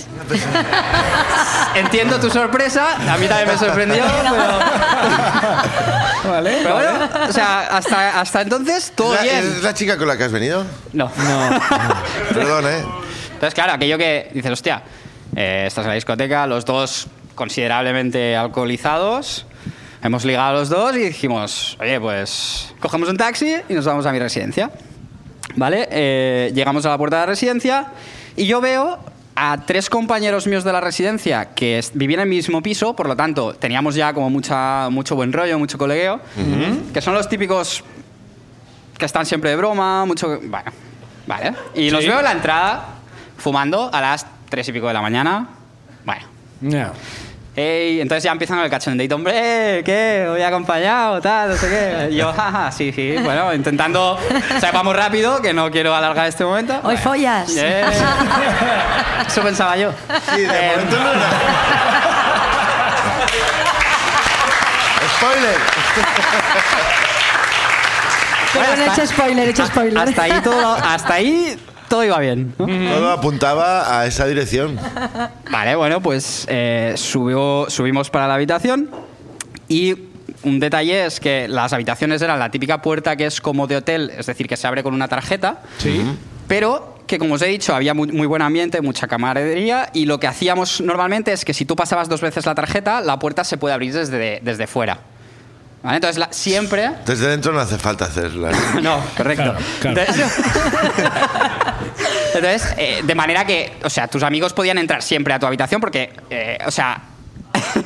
Entiendo tu sorpresa, a mí también me sorprendió, pero...
Vale,
Pero bueno, o sea, hasta, hasta entonces todo
¿La-
bien.
¿Es la chica con la que has venido?
No. No.
Perdón, ¿eh?
Entonces, claro, aquello que dices, hostia, eh, estás en la discoteca, los dos considerablemente alcoholizados, hemos ligado a los dos y dijimos, oye, pues cogemos un taxi y nos vamos a mi residencia. ¿Vale? Eh, llegamos a la puerta de la residencia y yo veo a tres compañeros míos de la residencia que es- vivían en el mismo piso, por lo tanto, teníamos ya como mucha, mucho buen rollo, mucho colegueo, que son los típicos que están siempre de broma, mucho... Bueno, vale. Y los
Sí.
veo en la entrada fumando a las tres y pico de la mañana. Bueno.
Ya.
Ey, entonces ya empiezan el cachondeito, hombre, ¿qué? Voy acompañado, tal, no sé qué. Y yo, jaja, sí, sí, bueno, intentando, o sea, vamos rápido, que no quiero alargar este momento.
Hoy
Bueno.
follas.
Eh, Eso pensaba yo.
Sí, de
Eh,
momento no era. ¡Spoiler!
Pero
bueno,
no
hasta-
echa spoiler, echa spoiler.
Hasta ahí todo, hasta ahí todo iba bien. ¿no?
Todo apuntaba a esa dirección.
Vale, bueno, pues eh, subió- subimos para la habitación y un detalle es que las habitaciones eran la típica puerta que es como de hotel, es decir, que se abre con una tarjeta,
Sí.
pero que como os he dicho había muy, muy buen ambiente, mucha camaradería y lo que hacíamos normalmente es que si tú pasabas dos veces la tarjeta, la puerta se puede abrir desde, desde fuera. ¿Vale? Entonces, la- siempre...
Desde dentro no hace falta hacerla.
No, correcto.
Claro, claro.
Entonces, Entonces, eh, de manera que, o sea, tus amigos podían entrar siempre a tu habitación porque, eh, o sea...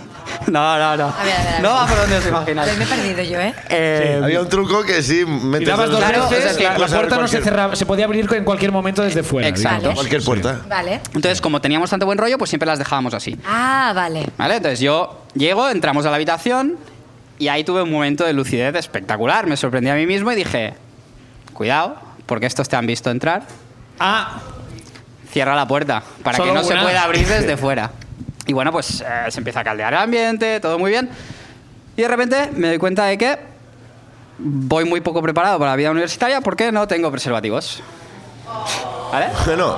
no, no, no.
ver, a ver, a ver.
No va por donde os imagináis.
Pues me he perdido yo, ¿eh?
Eh,
Había un truco que sí,
Y
metes
dabas
los
dos
Claro,
veces,
o sea, es que
la, la
puedes
puerta
abrir
no se
cualquier-
cerraba, se podía abrir en cualquier momento desde fuera.
Exacto.
digamos.
Cualquier puerta.
Vale.
entonces, como teníamos tanto buen rollo, pues siempre las dejábamos así.
Ah, vale.
¿Vale? Entonces yo llego, entramos a la habitación y ahí tuve un momento de lucidez espectacular. Me sorprendí a mí mismo y dije, cuidado, porque estos te han visto entrar.
Ah,
cierra la puerta para
Solo
que no se
una.
pueda abrir desde fuera. Y bueno, pues eh, se empieza a caldear el ambiente, todo muy bien. Y de repente me doy cuenta de que voy muy poco preparado para la vida universitaria porque no tengo preservativos. ¿Vale?
Bueno,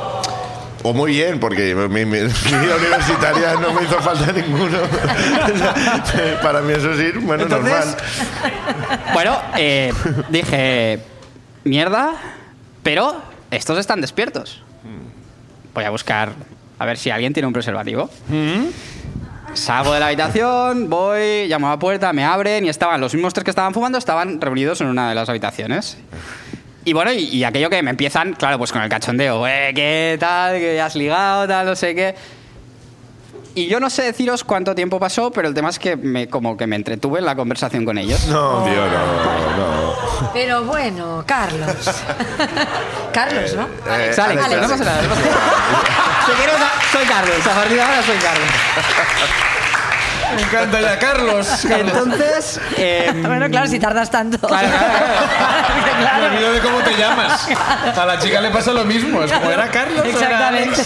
o muy bien, porque mi, mi- mi vida universitaria no me hizo falta ninguno. Para mí eso sí, bueno,
Entonces-
normal.
Bueno, eh, dije, mierda, pero estos están despiertos. Voy a buscar a ver si alguien tiene un preservativo. Salgo de la habitación, voy, llamo a la puerta, me abren y estaban los mismos tres que estaban fumando, estaban reunidos en una de las habitaciones. Y bueno, y, y aquello que me empiezan, claro, pues con el cachondeo, eh, ¿qué tal? ¿Que has ligado? Tal, no sé qué. Y yo no sé deciros cuánto tiempo pasó, pero el tema es que me, como que me entretuve en la conversación con ellos.
No, tío, no, no.
Pero bueno, Carlos. Carlos, ¿no?
Eh,
Es Alex, pero no pasa nada. no pasa nada. Te quiero, sa- soy Carlos. A partir de ahora soy Carlos.
Me encanta ya, Carlos.
Entonces, em,
Bueno, claro, si tardas tanto.
Claro, claro,
Me olvido de cómo te llamas. A la chica le pasa lo mismo. Es como era Carlos.
Exactamente.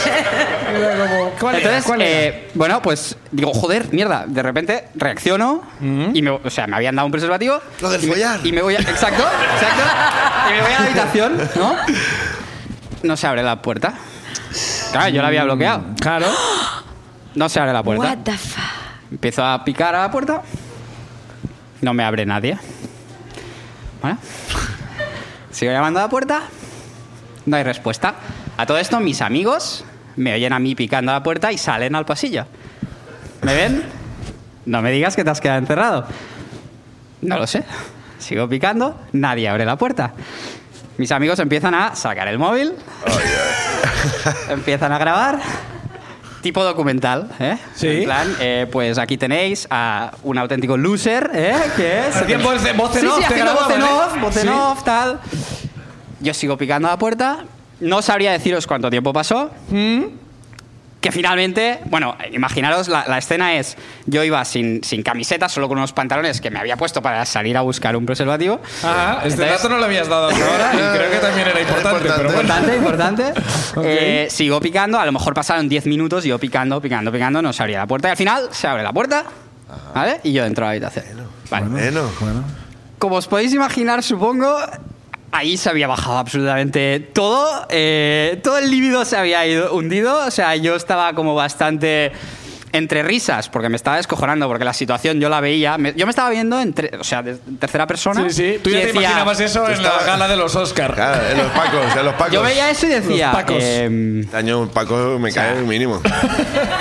Entonces, eh, bueno, pues digo, joder, mierda. De repente reacciono y me, o sea, me habían dado un preservativo.
Lo del
y me-
follar.
Y me voy a, exacto, exacto. Y me voy a la habitación, ¿no? No se abre la puerta. Claro, yo la había bloqueado.
Claro.
No se abre la puerta.
What the fuck.
Empiezo a picar a la puerta. No me abre nadie. Bueno. Sigo llamando a la puerta. No hay respuesta. A todo esto, mis amigos me oyen a mí picando a la puerta y salen al pasillo. ¿Me ven? No me digas que te has quedado encerrado. No lo sé. Sigo picando, nadie abre la puerta. Mis amigos empiezan a sacar el móvil. empiezan a grabar. Tipo documental, ¿eh?
Sí.
En plan, eh, pues aquí tenéis a un auténtico loser, ¿eh? Que es...
Haciendo voz de- voz en
Sí,
off,
sí,
te
haciendo voz en
grababan,
off,
¿eh?
voz en
Sí.
off, tal. Yo sigo picando a la puerta. No sabría deciros cuánto tiempo pasó. Que finalmente, bueno, imaginaros, la, la escena es, yo iba sin, sin camiseta, solo con unos pantalones que me había puesto para salir a buscar un preservativo.
Ajá, este
Entonces-
dato no lo habías dado hasta ahora y creo que también era importante,
Importante.
pero bueno.
Importante, importante.
Ok.
Eh, sigo picando, a lo mejor pasaron 10 minutos, yo picando, picando, picando, no se abría la puerta y al final se abre la puerta, ¿vale? Y yo entro a la habitación. Vale.
Bueno,
Como os podéis imaginar, supongo, ahí se había bajado absolutamente todo. eh, todo el líbido se había ido hundido. O sea, yo estaba como bastante entre risas, porque me estaba descojonando, porque la situación yo la veía. me- yo me estaba viendo en, tre- o sea, de- en tercera persona.
Sí, sí. Tú ya
y
te
decía-
imaginabas eso en la
estaba-
gala de los Oscars.
claro, en los pacos, en los pacos.
Yo veía eso y decía.
Los pacos.
em,
Daño, un paco me cae
sea,
un mínimo.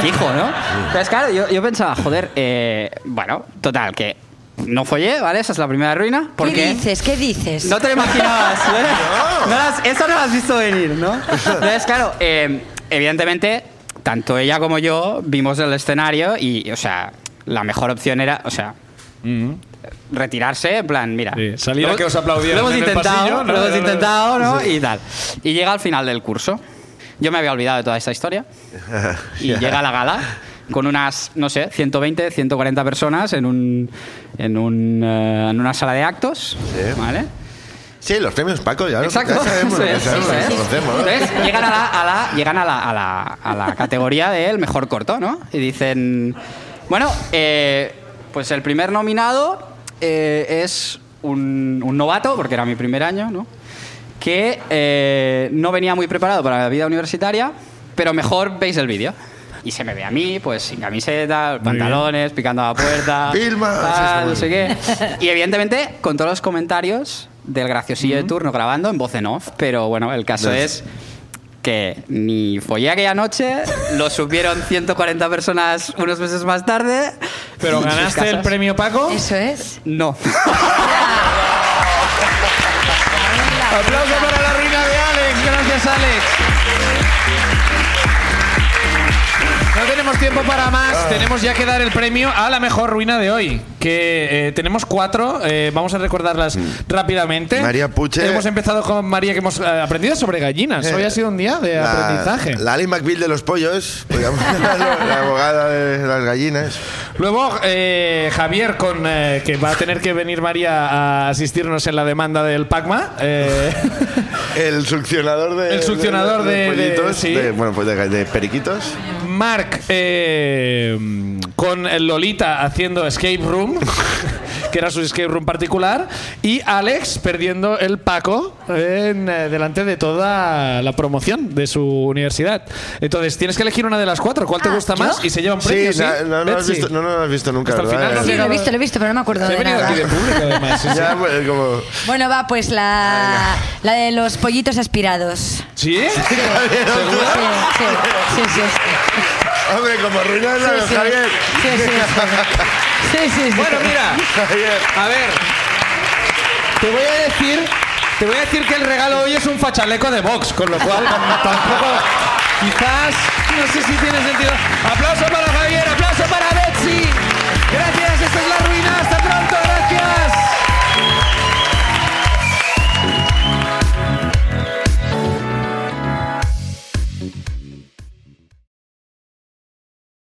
Fijo, ¿no? Entonces, claro, yo, yo pensaba, joder, eh, bueno, total, que no follé, ¿vale? Esa es la primera ruina.
¿Qué
Porque
dices? ¿Qué dices?
No te lo imaginabas. ¿eh? No las- eso no lo has visto venir, ¿no? Entonces, claro, eh, evidentemente, tanto ella como yo vimos el escenario y, o sea, la mejor opción era, o sea, retirarse, en plan, mira.
Sí, salir a
lo-
que os aplaudieran
Lo hemos
en el
intentado,
pasillo, ¿no?
lo hemos
No, no, no.
intentado, ¿no? Y tal. Y llega al final del curso. Yo me había olvidado de toda esta historia. Y llega la gala con unas, no sé, 120, 140 personas en, un, en, un, eh, en una sala de actos.
Sí.
¿Vale?
Sí, los premios Paco, ya, lo-
Exacto.
ya sabemos lo
Eso
que
es,
sabemos,
sí,
lo
sí.
conocemos. ¿no?
Entonces, llegan a la, a la- llegan a la, a la- a la categoría del mejor corto, ¿no? Y dicen, bueno, eh, pues el primer nominado eh, es un, un novato, porque era mi primer año, ¿no? Que eh, no venía muy preparado para la vida universitaria, pero mejor veis el vídeo. Y se me ve a mí, pues sin camiseta, pantalones, picando a la puerta.
Filma.
tal,
Sí, está muy
no sé qué. Y evidentemente, con todos los comentarios del graciosillo de turno grabando en voz en off, pero bueno, el caso
Nice.
es que ni follé aquella noche, lo subieron 140 personas unos meses más tarde.
Pero
en sus
ganaste el
casas.
premio Paco.
Eso es.
No.
Aplauso para la ruina de Alex. Gracias, Alex. No tenemos tiempo para
Ah.
más. Tenemos ya que dar el premio a la mejor ruina de hoy. Que eh, tenemos cuatro. eh, vamos a recordarlas rápidamente.
Mm. María Puche. Eh,
Hemos empezado con María, que hemos eh, aprendido sobre gallinas. Hoy ha sido un día de aprendizaje.
La Ali McBeal de los pollos, podríamos llamarlo, la abogada de las gallinas.
Luego, eh, Javier, con, eh, que va a tener que venir María a asistirnos en la demanda del PACMA. eh,
El succionador de.
El succionador de- de-
pollitos,
sí.
de- bueno, pues de, de periquitos.
Mark eh, con el Lolita haciendo escape room, que era su escape room particular, y Alex perdiendo el Paco en, eh, delante de toda la promoción de su universidad. Entonces, tienes que elegir una de las cuatro, cuál te gusta más y se lleva un premio.
Sí, na- no, no, lo has
Betsy.
visto, no, no lo has visto nunca.
Hasta el
¿verdad?
final no
Sí,
llega.
lo he visto, lo he visto, pero no me acuerdo
He
de
venido
nada.
aquí de público, además. sí, sí.
Ya, pues, como.
Bueno, va, pues la, la de los pollitos aspirados.
¿Sí?
Sí, sí, sí, sí.
Hombre, como ruina
Sí, sí.
Javier.
Sí, sí, sí. Sí, sí, sí.
Bueno, mira.
Javier.
A ver, te voy a decir, te voy a decir que el regalo hoy es un fachaleco de box, con lo cual tampoco, quizás, no sé si tiene sentido. Aplauso